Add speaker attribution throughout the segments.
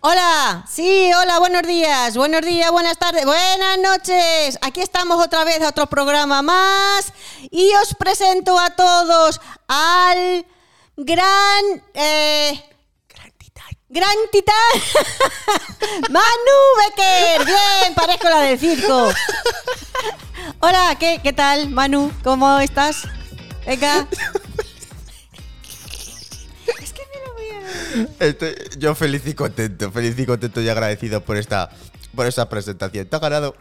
Speaker 1: Hola, sí, hola, buenos días, buenos días, buenas tardes, buenas noches. Aquí estamos otra vez a otro programa más y os presento a todos al gran... eh, Gran titán. Manu Becker. Bien, parezco la del circo. Hola, ¿qué, qué tal, Manu? ¿Cómo estás? Venga. Es que me lo voy a...
Speaker 2: Estoy- yo feliz y contento, feliz y contento y agradecido por esta, por esta presentación. Te ha ganado,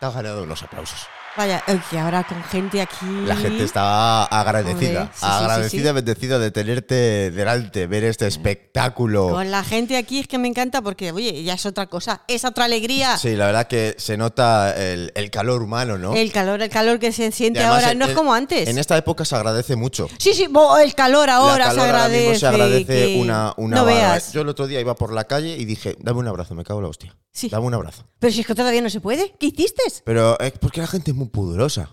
Speaker 2: te ha ganado los aplausos.
Speaker 1: Vaya, uy, que ahora con gente aquí.
Speaker 2: La gente estaba agradecida,
Speaker 1: Hombre, sí, sí, sí,
Speaker 2: agradecida,
Speaker 1: sí.
Speaker 2: bendecida de tenerte delante, ver este espectáculo.
Speaker 1: Con la gente aquí es que me encanta porque, oye, ya es otra cosa, es otra alegría.
Speaker 2: Sí, la verdad que se nota el, el calor humano, ¿no?
Speaker 1: El calor, el calor que se
Speaker 2: Y
Speaker 1: siente
Speaker 2: además
Speaker 1: ahora,
Speaker 2: en-
Speaker 1: no es
Speaker 2: en-
Speaker 1: como antes.
Speaker 2: En esta época se agradece mucho.
Speaker 1: Sí, sí, bo- el calor ahora
Speaker 2: La calor
Speaker 1: se
Speaker 2: ahora
Speaker 1: agradece.
Speaker 2: mismo se agradece
Speaker 1: que-
Speaker 2: una, una
Speaker 1: no
Speaker 2: barbaridad.
Speaker 1: veas.
Speaker 2: Yo el otro día iba por la calle y dije, dame un abrazo, me cago en la hostia.
Speaker 1: Sí.
Speaker 2: Dame un abrazo.
Speaker 1: Pero si es que todavía no se puede, ¿qué hiciste?
Speaker 2: Pero es porque la gente es muy pudorosa.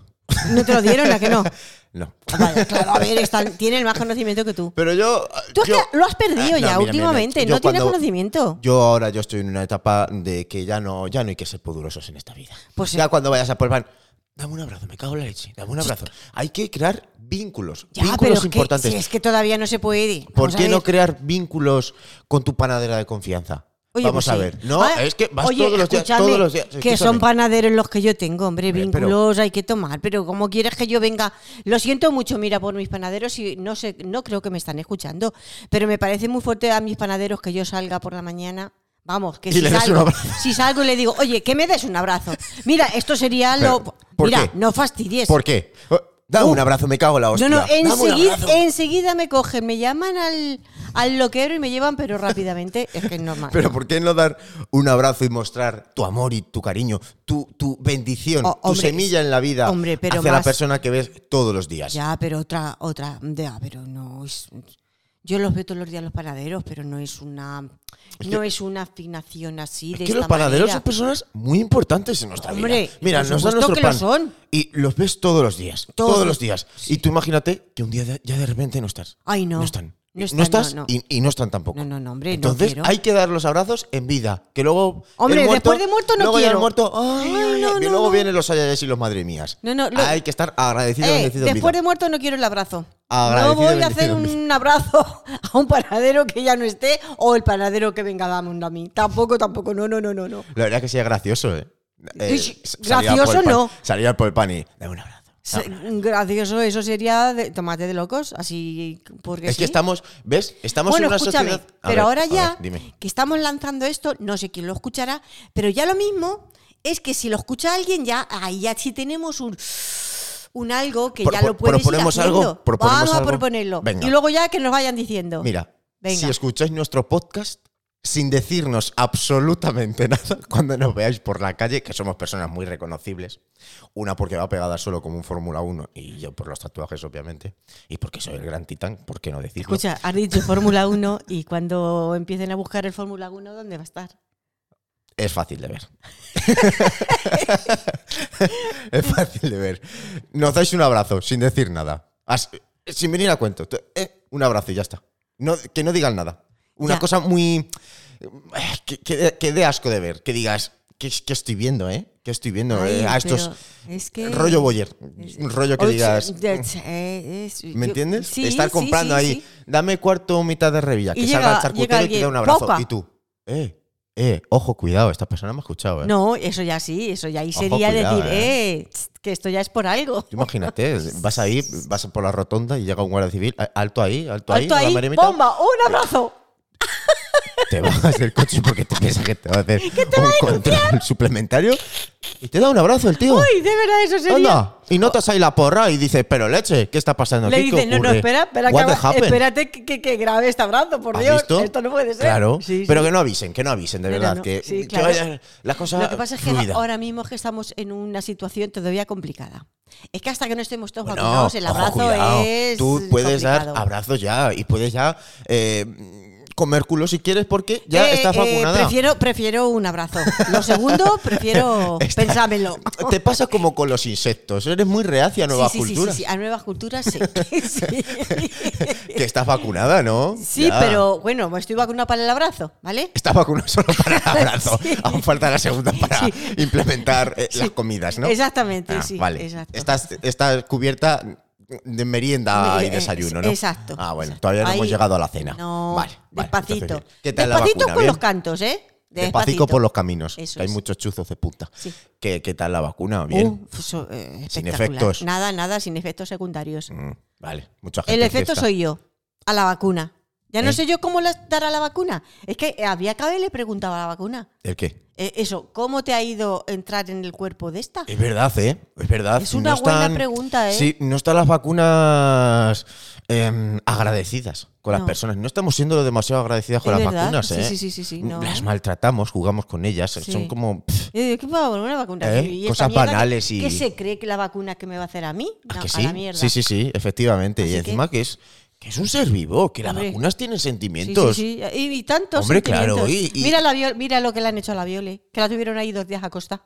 Speaker 1: No te lo dieron, ¿a que no?
Speaker 2: No.
Speaker 1: Vale, claro, a ver, está- tiene el más conocimiento que tú.
Speaker 2: Pero yo.
Speaker 1: Tú es
Speaker 2: yo-
Speaker 1: que lo has perdido
Speaker 2: Ah,
Speaker 1: ya
Speaker 2: no, mira, mira,
Speaker 1: últimamente,
Speaker 2: yo
Speaker 1: no tienes
Speaker 2: cuando-
Speaker 1: conocimiento.
Speaker 2: Yo ahora yo estoy en una etapa de que ya no, ya no hay que ser poderosos en esta vida.
Speaker 1: Pues
Speaker 2: ya
Speaker 1: sí.
Speaker 2: cuando vayas a por el pan, dame un abrazo, me cago en la leche, dame un abrazo. Hay que crear vínculos,
Speaker 1: Ya, pero
Speaker 2: vínculos
Speaker 1: es que-
Speaker 2: importantes.
Speaker 1: si es que todavía no se puede.
Speaker 2: ¿Por
Speaker 1: Vamos a
Speaker 2: qué no
Speaker 1: ver.
Speaker 2: crear vínculos con tu panadera de confianza?
Speaker 1: Oye,
Speaker 2: Vamos
Speaker 1: pues
Speaker 2: a
Speaker 1: sí.
Speaker 2: ver. No,
Speaker 1: Ah,
Speaker 2: es que vas
Speaker 1: oye,
Speaker 2: todos los días,
Speaker 1: escúchame,
Speaker 2: todos los días.
Speaker 1: Que son
Speaker 2: escúchame.
Speaker 1: panaderos los que yo tengo, hombre,
Speaker 2: Hombre, pero-
Speaker 1: vínculos hay que tomar. Pero como quieres que yo venga, lo siento mucho, mira, por mis panaderos y no sé, no creo que me están escuchando, pero me parece muy fuerte a mis panaderos que yo salga por la mañana. Vamos, que
Speaker 2: Y
Speaker 1: si,
Speaker 2: le des
Speaker 1: salgo,
Speaker 2: un abrazo.
Speaker 1: si salgo y le digo, oye, que me des un abrazo. Mira, esto sería lo.
Speaker 2: Pero, ¿por
Speaker 1: Mira,
Speaker 2: qué?
Speaker 1: no fastidies.
Speaker 2: ¿Por qué? Oh, Dame un abrazo, me cago en la hostia.
Speaker 1: Uh. No, no,
Speaker 2: Dame un
Speaker 1: enseguida,
Speaker 2: abrazo.
Speaker 1: enseguida me cogen, me llaman al, al loquero y me llevan, pero rápidamente. Es que es normal.
Speaker 2: Pero ¿por qué no dar un abrazo y mostrar tu amor y tu cariño, tu, tu bendición,
Speaker 1: Oh,
Speaker 2: tu
Speaker 1: hombre,
Speaker 2: semilla en la vida
Speaker 1: hombre, pero
Speaker 2: hacia la
Speaker 1: más-
Speaker 2: persona que ves todos los días?
Speaker 1: Ya, pero otra, otra, ya, pero no es- yo los veo todos los días los panaderos, pero no es una no es una afinación así
Speaker 2: Es
Speaker 1: de
Speaker 2: que los
Speaker 1: esta
Speaker 2: panaderos
Speaker 1: manera.
Speaker 2: son pues personas muy importantes en nuestra
Speaker 1: Hombre,
Speaker 2: vida. Mira,
Speaker 1: por
Speaker 2: nos dan
Speaker 1: supuesto
Speaker 2: nuestro
Speaker 1: que lo
Speaker 2: pan
Speaker 1: son.
Speaker 2: y los ves todos los días,
Speaker 1: Todos.
Speaker 2: todos, los días. Y tú imagínate que un día de- ya de repente no estás.
Speaker 1: Ay, no.
Speaker 2: No están.
Speaker 1: No
Speaker 2: Y
Speaker 1: están,
Speaker 2: estás
Speaker 1: no, no.
Speaker 2: Y, y no están tampoco.
Speaker 1: No, no, no, hombre, no
Speaker 2: Entonces
Speaker 1: quiero.
Speaker 2: hay que dar los abrazos en vida, que luego el
Speaker 1: Hombre,
Speaker 2: muerto-
Speaker 1: después de muerto no
Speaker 2: luego ya el
Speaker 1: quiero.
Speaker 2: muerto, ay,
Speaker 1: Ay,
Speaker 2: ay,
Speaker 1: no,
Speaker 2: ay, y
Speaker 1: no,
Speaker 2: luego
Speaker 1: no.
Speaker 2: vienen los ayayas y los madrimías.
Speaker 1: No, no, lo-
Speaker 2: hay que estar agradecido,
Speaker 1: Eh,
Speaker 2: bendecido en
Speaker 1: después de
Speaker 2: vida.
Speaker 1: muerto no quiero el abrazo. No
Speaker 2: Agradecido,
Speaker 1: voy a
Speaker 2: bendecido
Speaker 1: hacer
Speaker 2: en vida.
Speaker 1: un abrazo a un panadero que ya no esté o el panadero que venga dámelo a mí. Tampoco, tampoco, no, no, no, no, no.
Speaker 2: La verdad que sí es gracioso, ¿eh? Eh,
Speaker 1: Uy, sí,
Speaker 2: salía
Speaker 1: gracioso
Speaker 2: por el pan-
Speaker 1: no.
Speaker 2: Salía por el pan y dame un abrazo.
Speaker 1: Se- Gracioso, eso sería de, tomate de locos, así porque
Speaker 2: Es que
Speaker 1: sí.
Speaker 2: estamos, ¿ves? Estamos
Speaker 1: bueno,
Speaker 2: en una
Speaker 1: escúchame,
Speaker 2: sociedad. A
Speaker 1: pero
Speaker 2: ver,
Speaker 1: ahora
Speaker 2: a
Speaker 1: ya
Speaker 2: ver, dime.
Speaker 1: que estamos lanzando esto, no sé quién lo escuchará, pero ya lo mismo es que si lo escucha alguien ya ahí ya sí tenemos un un algo que
Speaker 2: Pro-
Speaker 1: ya lo puedes ir
Speaker 2: proponemos algo,
Speaker 1: haciendo.
Speaker 2: proponemos
Speaker 1: Vamos
Speaker 2: algo.
Speaker 1: a proponerlo
Speaker 2: Venga.
Speaker 1: y luego ya que nos vayan diciendo.
Speaker 2: Mira,
Speaker 1: Venga.
Speaker 2: si escucháis nuestro podcast sin decirnos absolutamente nada cuando nos veáis por la calle, que somos personas muy reconocibles, una porque va pegada solo como un Fórmula 1 y yo por los tatuajes, obviamente, y porque soy el gran titán, ¿por qué no decirlo?
Speaker 1: Escucha, has dicho Fórmula 1 y cuando empiecen a buscar el Fórmula 1, ¿dónde va a estar?
Speaker 2: Es fácil de ver. es fácil de ver. Nos dais un abrazo sin decir nada. As- sin venir a cuento. Te- eh, un abrazo y ya está. No, que no digan nada. Una
Speaker 1: Ya.
Speaker 2: cosa muy. eh, Que, que dé- que dé asco de ver. Que digas. ¿Qué, qué estoy viendo, eh? ¿Qué estoy viendo?
Speaker 1: Ay,
Speaker 2: eh, a
Speaker 1: pero
Speaker 2: estos.
Speaker 1: es que-
Speaker 2: Rollo Boyer. Un rollo que
Speaker 1: Oye,
Speaker 2: digas. mm.
Speaker 1: de- eh, es- yo-
Speaker 2: ¿Me entiendes?
Speaker 1: sí,
Speaker 2: Estar
Speaker 1: sí,
Speaker 2: comprando
Speaker 1: sí,
Speaker 2: ahí.
Speaker 1: sí.
Speaker 2: Dame cuarto o mitad de revilla.
Speaker 1: Y
Speaker 2: Que
Speaker 1: llega-
Speaker 2: salga el
Speaker 1: llega
Speaker 2: charcutero y te
Speaker 1: alguien,
Speaker 2: da un abrazo.
Speaker 1: "Poca".
Speaker 2: Y tú. Eh, eh, ojo, cuidado. Esta persona me ha escuchado, eh.
Speaker 1: No, eso ya sí, eso ya ahí
Speaker 2: Ojo,
Speaker 1: sería
Speaker 2: cuidado,
Speaker 1: decir, eh, tss, que esto ya es por algo.
Speaker 2: Tú Imagínate, vas ahí, vas por la rotonda y llega un guardia civil, a- alto ahí, alto,
Speaker 1: Alto
Speaker 2: ahí, a la
Speaker 1: ahí,
Speaker 2: maremita,
Speaker 1: bomba, un abrazo.
Speaker 2: te bajas del coche porque te piensas que te va a hacer un control suplementario y te da un abrazo el tío.
Speaker 1: Uy, de verdad, eso sería.
Speaker 2: Uh. Anda, y notas ahí la porra y dices, pero leche, ¿qué está pasando
Speaker 1: Le
Speaker 2: aquí? ¿Qué
Speaker 1: dicen, no, no,
Speaker 2: ocurre?
Speaker 1: espera, espera,
Speaker 2: What
Speaker 1: acaba-
Speaker 2: the happened?"
Speaker 1: espérate que, que, que grabe este abrazo, por
Speaker 2: ¿Has
Speaker 1: Dios.
Speaker 2: visto?
Speaker 1: Esto no puede ser.
Speaker 2: Claro,
Speaker 1: Sí, sí.
Speaker 2: pero que no avisen, que no avisen, de
Speaker 1: No, no,
Speaker 2: verdad.
Speaker 1: no.
Speaker 2: Que,
Speaker 1: Sí,
Speaker 2: que
Speaker 1: claro.
Speaker 2: vaya la cosa
Speaker 1: Lo que pasa es que
Speaker 2: fluida.
Speaker 1: ahora mismo es que estamos en una situación todavía complicada. Es que hasta que no estemos todos
Speaker 2: Bueno,
Speaker 1: vacunados, el
Speaker 2: ojo,
Speaker 1: abrazo
Speaker 2: cuidado.
Speaker 1: es.
Speaker 2: Tú puedes
Speaker 1: complicado.
Speaker 2: dar abrazos ya y puedes ya eh, comer culo si quieres porque ya
Speaker 1: Eh,
Speaker 2: estás
Speaker 1: eh,
Speaker 2: vacunada.
Speaker 1: prefiero, prefiero un abrazo. Lo segundo, prefiero
Speaker 2: Está-
Speaker 1: pensámelo.
Speaker 2: Te pasa como con los insectos, eres muy reacia a nuevas
Speaker 1: sí, sí,
Speaker 2: culturas.
Speaker 1: Sí, sí, sí, a nuevas culturas sí. sí,
Speaker 2: Que estás vacunada, ¿no?
Speaker 1: Sí,
Speaker 2: Ya.
Speaker 1: pero bueno, pues estoy vacunada para el abrazo, ¿vale?
Speaker 2: Estás vacunada solo para el abrazo.
Speaker 1: Sí.
Speaker 2: Aún falta la segunda para
Speaker 1: Sí.
Speaker 2: implementar eh, las comidas, ¿no?
Speaker 1: Exactamente,
Speaker 2: Ah,
Speaker 1: sí.
Speaker 2: Vale.
Speaker 1: exacto.
Speaker 2: Estás, estás cubierta de merienda y
Speaker 1: Eh,
Speaker 2: desayuno,
Speaker 1: eh,
Speaker 2: ¿no?
Speaker 1: Exacto.
Speaker 2: Ah, bueno, todavía no
Speaker 1: Ahí-
Speaker 2: hemos llegado a la cena.
Speaker 1: No,
Speaker 2: Vale, vale,
Speaker 1: despacito.
Speaker 2: entonces bien. ¿Qué tal la
Speaker 1: despacito
Speaker 2: vacuna?
Speaker 1: con
Speaker 2: ¿Bien?
Speaker 1: los cantos, ¿eh?
Speaker 2: Despacito, por los caminos.
Speaker 1: Eso
Speaker 2: que hay
Speaker 1: es.
Speaker 2: muchos chuzos de punta.
Speaker 1: Sí.
Speaker 2: ¿Qué, qué tal la vacuna? Bien.
Speaker 1: Uf, eso, eh,
Speaker 2: Sin
Speaker 1: espectacular.
Speaker 2: efectos.
Speaker 1: Nada, nada, sin efectos secundarios.
Speaker 2: Mm, vale, mucha gente.
Speaker 1: Uh. El efecto
Speaker 2: fiesta.
Speaker 1: soy yo, a la vacuna. Ya no
Speaker 2: ¿Eh?
Speaker 1: sé yo cómo la dará la vacuna. Es que había que haberle preguntado a la vacuna.
Speaker 2: ¿El qué?
Speaker 1: Eh, eso, ¿cómo te ha ido entrar en el cuerpo de esta?
Speaker 2: Es verdad, ¿eh? Es verdad.
Speaker 1: Es una buena pregunta, ¿eh?
Speaker 2: Sí, no están las vacunas em, agradecidas con las
Speaker 1: No.
Speaker 2: personas. No estamos siendo demasiado agradecidas con
Speaker 1: Es
Speaker 2: las
Speaker 1: verdad.
Speaker 2: vacunas,
Speaker 1: Sí,
Speaker 2: ¿eh?
Speaker 1: sí, sí, sí, sí, no.
Speaker 2: Las maltratamos, jugamos con ellas.
Speaker 1: Sí.
Speaker 2: Son como... pff,
Speaker 1: Yo digo, ¿qué va a poner una vacuna?
Speaker 2: ¿Eh?
Speaker 1: Y esta
Speaker 2: Cosas
Speaker 1: mierda,
Speaker 2: banales
Speaker 1: ¿qué-
Speaker 2: y-
Speaker 1: ¿Qué se cree que la vacuna que me va a hacer a mí?
Speaker 2: ¿a
Speaker 1: No,
Speaker 2: que
Speaker 1: A
Speaker 2: sí?
Speaker 1: la mierda.
Speaker 2: sí, sí, sí, efectivamente.
Speaker 1: Así
Speaker 2: y
Speaker 1: que-
Speaker 2: encima que es que es un ser vivo, que las
Speaker 1: Hombre.
Speaker 2: vacunas tienen
Speaker 1: Sí,
Speaker 2: sentimientos.
Speaker 1: sí, sí. Y, y tantos
Speaker 2: Hombre,
Speaker 1: sentimientos.
Speaker 2: claro, y- y-
Speaker 1: Mira, la Viol- mira lo que le han hecho a la Viole, que la tuvieron ahí dos días a costa.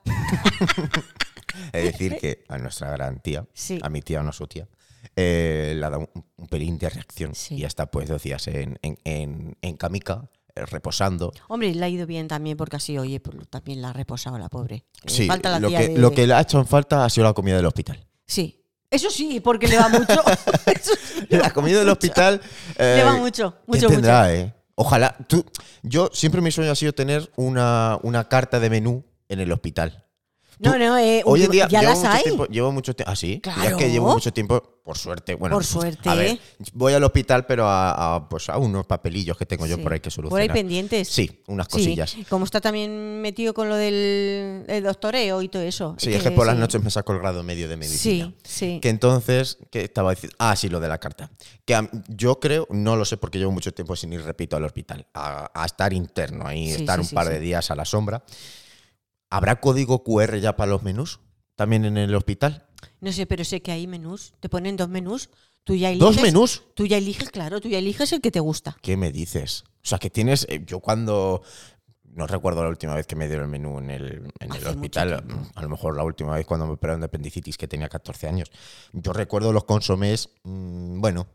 Speaker 2: Es decir, que a nuestra gran tía,
Speaker 1: Sí.
Speaker 2: a mi tía o a su tía, eh, le ha dado un, un pelín de reacción.
Speaker 1: Sí.
Speaker 2: Y ya está, pues, dos días en, en, en- en camica, eh, reposando.
Speaker 1: Hombre, le ha ido bien también porque así, oye, pues, también la ha reposado la pobre. Le
Speaker 2: Sí,
Speaker 1: falta la
Speaker 2: lo,
Speaker 1: tía
Speaker 2: que,
Speaker 1: de-
Speaker 2: lo que le ha hecho en falta ha sido la comida del hospital.
Speaker 1: Sí. Eso sí, porque le va mucho. Eso sí, le
Speaker 2: La
Speaker 1: va
Speaker 2: comida del
Speaker 1: mucho.
Speaker 2: hospital.
Speaker 1: Le
Speaker 2: eh,
Speaker 1: va mucho,
Speaker 2: ¿qué
Speaker 1: mucho,
Speaker 2: tendrá,
Speaker 1: mucho.
Speaker 2: eh? Ojalá. Tú, yo siempre mi sueño ha sido tener una, una carta de menú en el hospital.
Speaker 1: No,
Speaker 2: Tú-
Speaker 1: no, eh,
Speaker 2: Hoy en
Speaker 1: última-
Speaker 2: día
Speaker 1: ya
Speaker 2: llevo
Speaker 1: las
Speaker 2: mucho
Speaker 1: hay.
Speaker 2: tiempo- llevo mucho tiempo. ¿Ah, sí? Ya es que
Speaker 1: Claro.
Speaker 2: llevo mucho tiempo, por suerte. Bueno, pues,
Speaker 1: Por suerte.
Speaker 2: A ver, voy al hospital, pero a, a, pues a unos papelillos que tengo yo
Speaker 1: Sí.
Speaker 2: por ahí que
Speaker 1: Por ahí
Speaker 2: solucionar.
Speaker 1: pendientes.
Speaker 2: Sí, unas
Speaker 1: Sí,
Speaker 2: cosillas. Sí,
Speaker 1: como está también metido con lo del el doctoreo y todo eso.
Speaker 2: es que por las
Speaker 1: sí.
Speaker 2: noches me saco el grado medio de medicina.
Speaker 1: Sí, sí.
Speaker 2: Que entonces, que estaba diciendo, ah, sí, lo de la carta. Que a- yo creo, no lo sé porque llevo mucho tiempo sin ir, repito, al hospital, a, a estar interno ahí,
Speaker 1: Sí,
Speaker 2: estar
Speaker 1: sí,
Speaker 2: un
Speaker 1: sí,
Speaker 2: par de
Speaker 1: sí.
Speaker 2: días a la sombra. ¿Habrá código QR ya para los menús? También en el hospital.
Speaker 1: No sé, pero sé que hay menús. Te ponen dos menús. Tú ya eliges.
Speaker 2: ¿Dos menús?
Speaker 1: Tú ya eliges, claro, tú ya eliges el que te gusta.
Speaker 2: ¿Qué me dices? O sea, que tienes. eh, Yo cuando. No recuerdo la última vez que me dieron el menú en el, en el
Speaker 1: Hace mucho
Speaker 2: hospital. A lo mejor la última vez cuando me operaron de apendicitis, que tenía 14 años. Yo recuerdo los consomés. mm, bueno.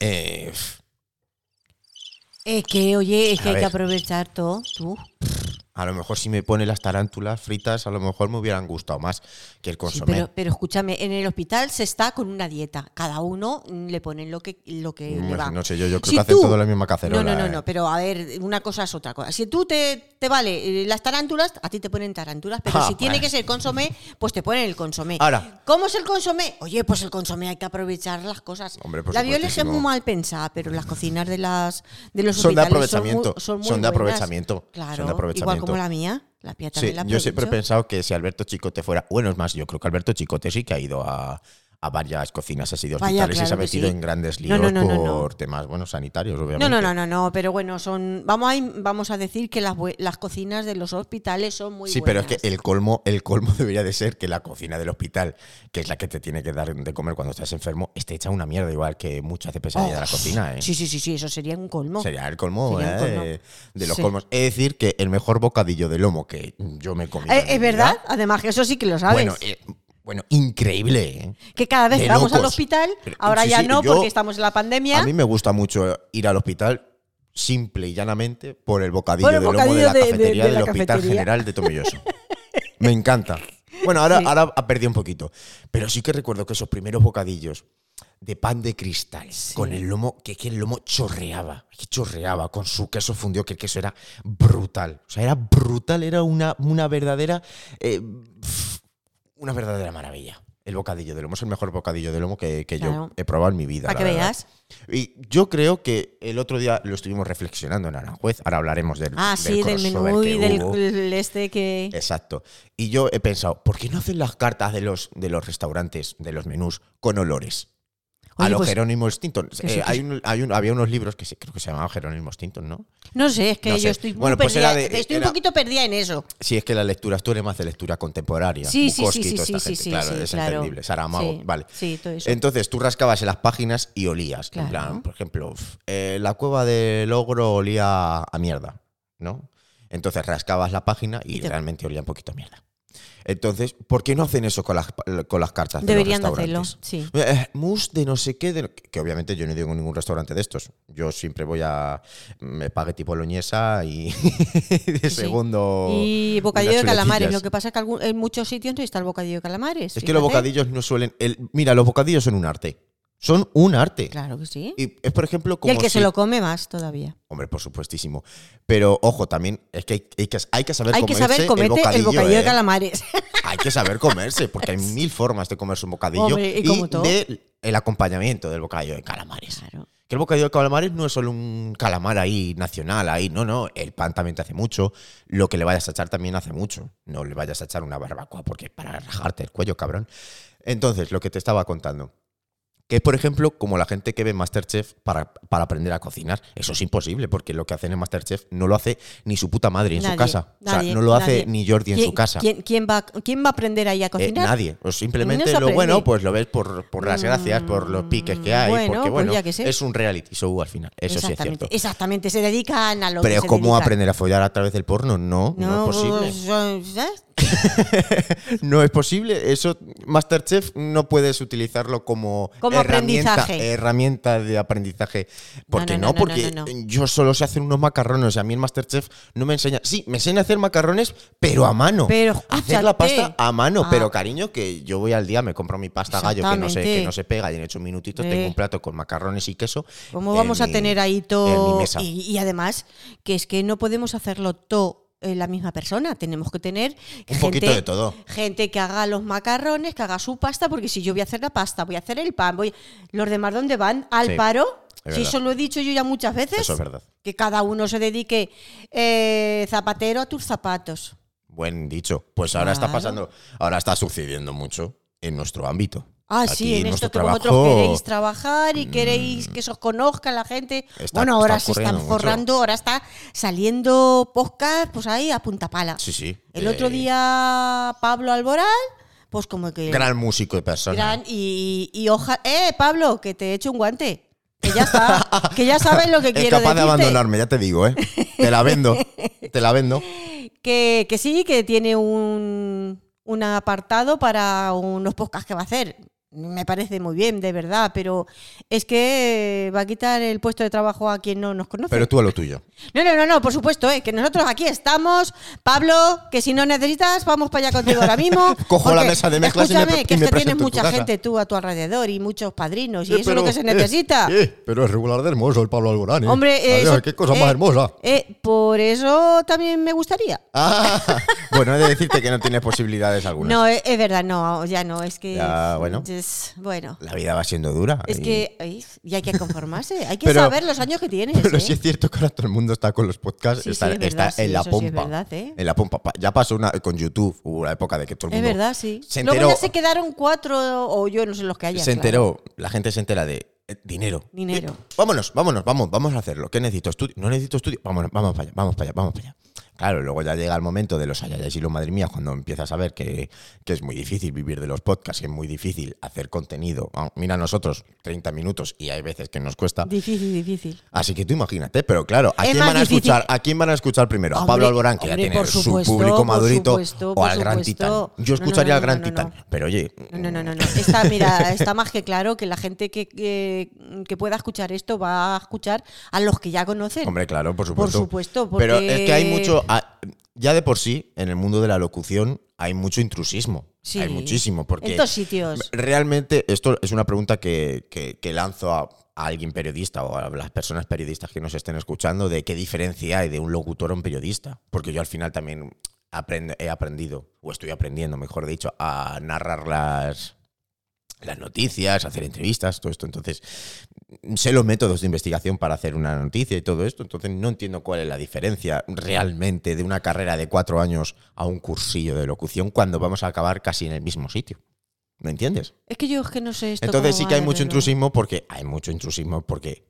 Speaker 2: eh,
Speaker 1: Es que, oye, es
Speaker 2: A
Speaker 1: que hay
Speaker 2: ver.
Speaker 1: que aprovechar todo. Tú.
Speaker 2: a lo mejor si me pone las tarántulas fritas, a lo mejor me hubieran gustado más que el
Speaker 1: Sí,
Speaker 2: consomé.
Speaker 1: pero, pero escúchame, en el hospital se está con una dieta. Cada uno mm, le ponen lo que, lo que le
Speaker 2: Mm,
Speaker 1: va.
Speaker 2: no sé yo, yo creo
Speaker 1: Si
Speaker 2: que hacen
Speaker 1: tú-
Speaker 2: todo en la misma cacerola.
Speaker 1: No, no, no,
Speaker 2: eh.
Speaker 1: no, pero a ver, una cosa es otra cosa. Si tú te, te vale eh, las tarántulas, a ti te ponen tarántulas, pero
Speaker 2: Ah,
Speaker 1: si tiene
Speaker 2: bueno.
Speaker 1: que ser consomé, pues te ponen el consomé.
Speaker 2: Ahora.
Speaker 1: ¿Cómo es el consomé? Oye, pues el consomé hay que aprovechar las cosas.
Speaker 2: Hombre, por
Speaker 1: la violencia es
Speaker 2: supuestísimo.
Speaker 1: muy mal pensada, pero las cocinas de las de los
Speaker 2: Son
Speaker 1: hospitales
Speaker 2: de
Speaker 1: muy-
Speaker 2: aprovechamiento,
Speaker 1: Son, muy
Speaker 2: son de
Speaker 1: buenas.
Speaker 2: aprovechamiento,
Speaker 1: Claro,
Speaker 2: son de aprovechamiento.
Speaker 1: igual como la mía, la pía
Speaker 2: Sí,
Speaker 1: también la
Speaker 2: yo siempre he
Speaker 1: aprovecho.
Speaker 2: pensado que si Alberto Chicote fuera. Bueno, es más, yo creo que Alberto Chicote sí que ha ido a, a varias cocinas así de
Speaker 1: Vaya,
Speaker 2: hospitales y se ha
Speaker 1: claro que
Speaker 2: metido
Speaker 1: sí.
Speaker 2: en grandes
Speaker 1: No,
Speaker 2: líos
Speaker 1: no, no,
Speaker 2: por
Speaker 1: no, no.
Speaker 2: temas bueno, sanitarios, obviamente.
Speaker 1: No, no, no, no, no, pero bueno, son vamos a, vamos a decir que las, bue- las cocinas de los hospitales son muy
Speaker 2: sí,
Speaker 1: buenas.
Speaker 2: pero es que el colmo, el colmo debería de ser que la cocina del hospital, que es la que te tiene que dar de comer cuando estás enfermo, esté hecha una mierda, igual que muchas de pesadilla de la cocina, ¿eh?
Speaker 1: Oh, Sí, sí, sí, sí, eso sería un colmo.
Speaker 2: Sería el colmo,
Speaker 1: Sería el
Speaker 2: ¿eh?
Speaker 1: colmo.
Speaker 2: de- de los
Speaker 1: Sí.
Speaker 2: colmos. Es decir, que el mejor bocadillo de lomo que yo me he comido.
Speaker 1: Eh,
Speaker 2: en mi
Speaker 1: es
Speaker 2: vida-
Speaker 1: verdad, además que eso sí que lo sabes.
Speaker 2: Bueno, eh, bueno, increíble, ¿eh?
Speaker 1: que cada vez
Speaker 2: de
Speaker 1: que vamos al
Speaker 2: locos.
Speaker 1: hospital,
Speaker 2: Pero,
Speaker 1: ahora
Speaker 2: sí,
Speaker 1: ya
Speaker 2: sí,
Speaker 1: no
Speaker 2: yo-
Speaker 1: porque estamos en la pandemia.
Speaker 2: A mí me gusta mucho ir al hospital simple y llanamente por el bocadillo
Speaker 1: Por el
Speaker 2: de lomo de
Speaker 1: bocadillo
Speaker 2: la
Speaker 1: de- de-
Speaker 2: cafetería
Speaker 1: de la
Speaker 2: del Hospital
Speaker 1: cafetería.
Speaker 2: General de Tomelloso. me encanta. Bueno, ahora,
Speaker 1: Sí.
Speaker 2: ahora ha perdido un poquito. Pero sí que recuerdo que esos primeros bocadillos de pan de cristal con el lomo, que, que el lomo chorreaba, que chorreaba con su queso fundido, que el queso era brutal. O sea, era brutal, era una, una verdadera. eh, una verdadera maravilla. El bocadillo de lomo es el mejor bocadillo de lomo que, que
Speaker 1: Claro.
Speaker 2: yo he probado en mi vida.
Speaker 1: Para
Speaker 2: la
Speaker 1: que
Speaker 2: verdad.
Speaker 1: veas.
Speaker 2: Y yo creo que el otro día lo estuvimos reflexionando en Aranjuez. Ahora hablaremos del,
Speaker 1: ah,
Speaker 2: del
Speaker 1: sí, del
Speaker 2: crossover
Speaker 1: menú
Speaker 2: que
Speaker 1: y del
Speaker 2: hubo. Eh,
Speaker 1: el este que.
Speaker 2: Exacto. Y yo he pensado, ¿por qué no hacen las cartas de los, de los restaurantes, de los menús, con olores? A
Speaker 1: Oye,
Speaker 2: los
Speaker 1: pues-
Speaker 2: Jerónimo Stinton.
Speaker 1: Que sí,
Speaker 2: Eh,
Speaker 1: que
Speaker 2: hay
Speaker 1: sí.
Speaker 2: un- hay un- había unos libros que se- creo que se llamaban Jerónimo Stinton, ¿no?
Speaker 1: No sé, es que
Speaker 2: No
Speaker 1: yo
Speaker 2: sé.
Speaker 1: estoy muy
Speaker 2: Bueno, pues
Speaker 1: perdida.
Speaker 2: era de-
Speaker 1: estoy un
Speaker 2: era-
Speaker 1: poquito perdida en eso.
Speaker 2: Si es que la lectura, tú eres más de lectura contemporánea.
Speaker 1: Sí, sí,
Speaker 2: Bukowski y
Speaker 1: sí, sí,
Speaker 2: toda
Speaker 1: sí,
Speaker 2: esta
Speaker 1: sí,
Speaker 2: gente.
Speaker 1: sí,
Speaker 2: Claro,
Speaker 1: sí,
Speaker 2: es
Speaker 1: claro.
Speaker 2: entendible. Saramago,
Speaker 1: Sí,
Speaker 2: vale.
Speaker 1: sí, todo eso.
Speaker 2: Entonces tú rascabas en las páginas y olías.
Speaker 1: Claro.
Speaker 2: En plan, por ejemplo, f- eh, la cueva del ogro olía a mierda, ¿no? Entonces rascabas la página y,
Speaker 1: Y te-
Speaker 2: realmente olía un poquito a mierda. Entonces, ¿por qué no hacen eso con las, con las cartas? los
Speaker 1: Deberían de hacerlo,
Speaker 2: restaurantes?
Speaker 1: sí.
Speaker 2: Eh, mousse de no sé qué, de no- que obviamente yo no digo en ningún restaurante de estos. Yo siempre voy a me espagueti boloñesa y
Speaker 1: Sí,
Speaker 2: de
Speaker 1: sí.
Speaker 2: segundo.
Speaker 1: Y bocadillo de
Speaker 2: unas
Speaker 1: calamares.
Speaker 2: chuletillas.
Speaker 1: Lo que pasa es que algún- en muchos sitios no está el bocadillo de calamares.
Speaker 2: Es que los
Speaker 1: fíjate.
Speaker 2: bocadillos no suelen. el- mira, los bocadillos son un arte. Son un arte.
Speaker 1: Claro que sí.
Speaker 2: Y es, por ejemplo,
Speaker 1: Y
Speaker 2: como.
Speaker 1: el que se
Speaker 2: si-
Speaker 1: lo come más todavía.
Speaker 2: Hombre, por supuestísimo. Pero ojo, también es que hay, hay que, hay que saber
Speaker 1: Hay que
Speaker 2: comerse
Speaker 1: saber comerte
Speaker 2: el bocadillo.
Speaker 1: de
Speaker 2: ¿eh?
Speaker 1: calamares.
Speaker 2: Hay que saber comerse, porque hay mil formas de comerse un bocadillo.
Speaker 1: Hombre, y como todo.
Speaker 2: de el acompañamiento del bocadillo de calamares.
Speaker 1: Claro.
Speaker 2: Que el bocadillo de calamares no es solo un calamar ahí nacional, ahí, no, no. El pan también te hace mucho. Lo que le vayas a echar también hace mucho. No le vayas a echar una barbacoa porque es para rajarte el cuello, cabrón. Entonces, lo que te estaba contando. Que es, por ejemplo, como la gente que ve Masterchef para, para aprender a cocinar. Eso es imposible, porque lo que hacen en Masterchef no lo hace ni su puta madre en
Speaker 1: Nadie,
Speaker 2: su casa. o
Speaker 1: nadie,
Speaker 2: sea, no lo hace
Speaker 1: nadie.
Speaker 2: ni Jordi en
Speaker 1: ¿Quién-
Speaker 2: su casa.
Speaker 1: ¿quién, quién va, ¿Quién va a aprender ahí a
Speaker 2: Eh,
Speaker 1: cocinar?
Speaker 2: nadie. O simplemente
Speaker 1: No se
Speaker 2: lo
Speaker 1: aprende.
Speaker 2: bueno, pues lo ves por, por las gracias, por los piques que hay.
Speaker 1: Mm, Bueno,
Speaker 2: porque
Speaker 1: pues
Speaker 2: bueno,
Speaker 1: ya que sé.
Speaker 2: es un reality show al final. Eso sí es
Speaker 1: exactamente,
Speaker 2: cierto.
Speaker 1: exactamente, se dedican a lo que
Speaker 2: Pero
Speaker 1: se
Speaker 2: ¿cómo
Speaker 1: dedican.
Speaker 2: aprender a follar a través del porno? No, no, es
Speaker 1: pues,
Speaker 2: posible.
Speaker 1: son- ¿sabes?
Speaker 2: No es posible. Eso, Masterchef, no puedes utilizarlo como,
Speaker 1: Como
Speaker 2: herramienta,
Speaker 1: aprendizaje.
Speaker 2: herramienta de aprendizaje. Porque
Speaker 1: no, no,
Speaker 2: no,
Speaker 1: no,
Speaker 2: porque
Speaker 1: no, no.
Speaker 2: yo solo sé hacer unos macarrones. A mí el Masterchef no me enseña. Sí, me enseña a hacer macarrones, pero a mano.
Speaker 1: Pero
Speaker 2: hacer la
Speaker 1: escúchate.
Speaker 2: pasta a mano.
Speaker 1: Ah.
Speaker 2: Pero cariño, que yo voy al día, me compro mi pasta gallo que no se,
Speaker 1: Exactamente.
Speaker 2: que no se pega y en ocho minutitos
Speaker 1: Eh.
Speaker 2: tengo un plato con macarrones y queso.
Speaker 1: ¿Cómo
Speaker 2: en
Speaker 1: vamos a
Speaker 2: mi-
Speaker 1: tener ahí
Speaker 2: en mi
Speaker 1: todo?
Speaker 2: mesa.
Speaker 1: Y, y además, que es que no podemos hacerlo todo en la misma persona. Tenemos que tener
Speaker 2: Un
Speaker 1: gente,
Speaker 2: poquito de todo.
Speaker 1: gente que haga los macarrones, que haga su pasta, porque si yo voy a hacer la pasta, voy a hacer el pan, voy. ¿Los demás dónde van? ¿Al
Speaker 2: Sí,
Speaker 1: paro?
Speaker 2: es
Speaker 1: Si
Speaker 2: verdad.
Speaker 1: eso lo he dicho yo ya muchas veces.
Speaker 2: Eso es verdad.
Speaker 1: Que cada uno se dedique eh, zapatero a tus zapatos.
Speaker 2: Buen dicho. Pues ahora está
Speaker 1: Claro.
Speaker 2: pasando, ahora está sucediendo mucho en nuestro ámbito.
Speaker 1: Ah,
Speaker 2: Aquí
Speaker 1: sí, en esto
Speaker 2: nuestro Mm.
Speaker 1: que vosotros queréis trabajar y queréis que se os conozca la gente.
Speaker 2: Está-
Speaker 1: bueno, ahora
Speaker 2: está
Speaker 1: se están
Speaker 2: ocurriendo mucho.
Speaker 1: forrando, ahora está saliendo podcast, pues ahí a punta pala.
Speaker 2: Sí, sí.
Speaker 1: El
Speaker 2: Eh,
Speaker 1: otro día Pablo Alboral, pues como que...
Speaker 2: Gran músico y persona.
Speaker 1: gran- y, y oja... ¡Eh, Pablo, que te he hecho un guante! Que ya está, que ya sabes lo que
Speaker 2: es
Speaker 1: quiero
Speaker 2: capaz de
Speaker 1: decirte.
Speaker 2: abandonarme, ya te digo, ¿eh? Te la vendo. te la vendo.
Speaker 1: Que, que sí, que tiene un, un apartado para unos podcasts que va a hacer. Me parece muy bien, de verdad, pero es que eh, va a quitar el puesto de trabajo a quien no nos conoce.
Speaker 2: Pero tú a lo tuyo.
Speaker 1: No, no, no, no, por supuesto, eh, que nosotros aquí estamos. Pablo, que si no necesitas, vamos para allá contigo ahora mismo.
Speaker 2: Cojo la
Speaker 1: porque,
Speaker 2: mesa de mezclas y me
Speaker 1: Escúchame,
Speaker 2: pre-
Speaker 1: que
Speaker 2: y
Speaker 1: es
Speaker 2: me
Speaker 1: que tienes
Speaker 2: presento en tu
Speaker 1: mucha
Speaker 2: casa.
Speaker 1: gente tú a tu alrededor y muchos padrinos, y
Speaker 2: Eh,
Speaker 1: eso es lo
Speaker 2: pero,
Speaker 1: que se
Speaker 2: eh,
Speaker 1: necesita.
Speaker 2: eh, pero es regular de hermoso el Pablo Alborán. ¿eh?
Speaker 1: Hombre, eh,
Speaker 2: Adiós,
Speaker 1: eso- eh, eh, por eso también me gustaría.
Speaker 2: Ah, bueno, he de decirte que no tienes posibilidades alguna.
Speaker 1: No, eh, es, es verdad, no, ya no, es que.
Speaker 2: Ya, bueno.
Speaker 1: es- bueno,
Speaker 2: La vida va siendo dura.
Speaker 1: es
Speaker 2: y-
Speaker 1: que. ay, Y hay que conformarse, hay que
Speaker 2: Pero-
Speaker 1: saber los años que tienes.
Speaker 2: Pero
Speaker 1: ¿eh?
Speaker 2: sí es cierto que ahora todo el mundo está con los podcasts,
Speaker 1: Sí,
Speaker 2: está,
Speaker 1: sí, es verdad, sí,
Speaker 2: está en la
Speaker 1: eso sí
Speaker 2: pompa.
Speaker 1: es verdad, ¿eh?
Speaker 2: En la pompa. Pa- Ya pasó una con YouTube, hubo una época de que todo el
Speaker 1: Es
Speaker 2: mundo.
Speaker 1: verdad, sí.
Speaker 2: Se
Speaker 1: Luego
Speaker 2: enteró,
Speaker 1: ya se quedaron cuatro o yo, no sé los que haya.
Speaker 2: se
Speaker 1: claro.
Speaker 2: enteró, la gente se entera de eh, dinero.
Speaker 1: Dinero.
Speaker 2: Eh, vámonos, vámonos, vamos, vamos a hacerlo. ¿Qué necesito? ¿Estudio? ¿No necesito estudio? Vámonos, vamos para allá, vamos para allá, vamos para allá. Claro, luego ya llega el momento de los ayayas y los madre mía, cuando empiezas a ver que, que es muy difícil vivir de los podcasts, que es muy difícil hacer contenido. Ah, Mira, nosotros 30 minutos y hay veces que nos cuesta.
Speaker 1: Difícil, difícil.
Speaker 2: Así que tú imagínate, pero claro, ¿a
Speaker 1: Es
Speaker 2: quién,
Speaker 1: más
Speaker 2: van a,
Speaker 1: difícil.
Speaker 2: escuchar, ¿a quién van a escuchar primero? ¿A
Speaker 1: Hombre,
Speaker 2: Pablo Alborán, que
Speaker 1: hombre,
Speaker 2: ya
Speaker 1: por
Speaker 2: tiene
Speaker 1: supuesto,
Speaker 2: su público
Speaker 1: por
Speaker 2: madurito?
Speaker 1: supuesto,
Speaker 2: ¿O
Speaker 1: por
Speaker 2: al Gran Titán?
Speaker 1: supuesto.
Speaker 2: Yo
Speaker 1: No, no,
Speaker 2: escucharía
Speaker 1: no,
Speaker 2: al Gran
Speaker 1: no, no,
Speaker 2: Titán,
Speaker 1: no.
Speaker 2: pero oye,
Speaker 1: No, no, no, no, no. Está, mira, está más que claro que la gente que, que, que pueda escuchar esto va a escuchar a los que ya conocen.
Speaker 2: hombre, claro, por supuesto.
Speaker 1: supuesto,
Speaker 2: Pero es que hay
Speaker 1: porque-
Speaker 2: mucho, a- ya de por sí, en el mundo de la locución hay mucho intrusismo.
Speaker 1: Sí.
Speaker 2: Hay muchísimo, porque
Speaker 1: En todos sitios.
Speaker 2: Realmente, esto es una pregunta que, que- que lanzo a, a alguien periodista o a las personas periodistas que nos estén escuchando, de qué diferencia hay de un locutor a un periodista. Porque yo al final también aprend- he aprendido, o estoy aprendiendo, mejor dicho, a narrar las, las noticias, hacer entrevistas, todo esto. Entonces, sé los métodos de investigación para hacer una noticia y todo esto. Entonces, no entiendo cuál es la diferencia realmente de una carrera de cuatro años a un cursillo de locución cuando vamos a acabar casi en el mismo sitio. ¿Me entiendes?
Speaker 1: Es que yo es que no sé esto.
Speaker 2: Entonces
Speaker 1: cómo
Speaker 2: sí
Speaker 1: va
Speaker 2: que hay
Speaker 1: de
Speaker 2: mucho
Speaker 1: reloj.
Speaker 2: intrusismo porque hay mucho intrusismo porque,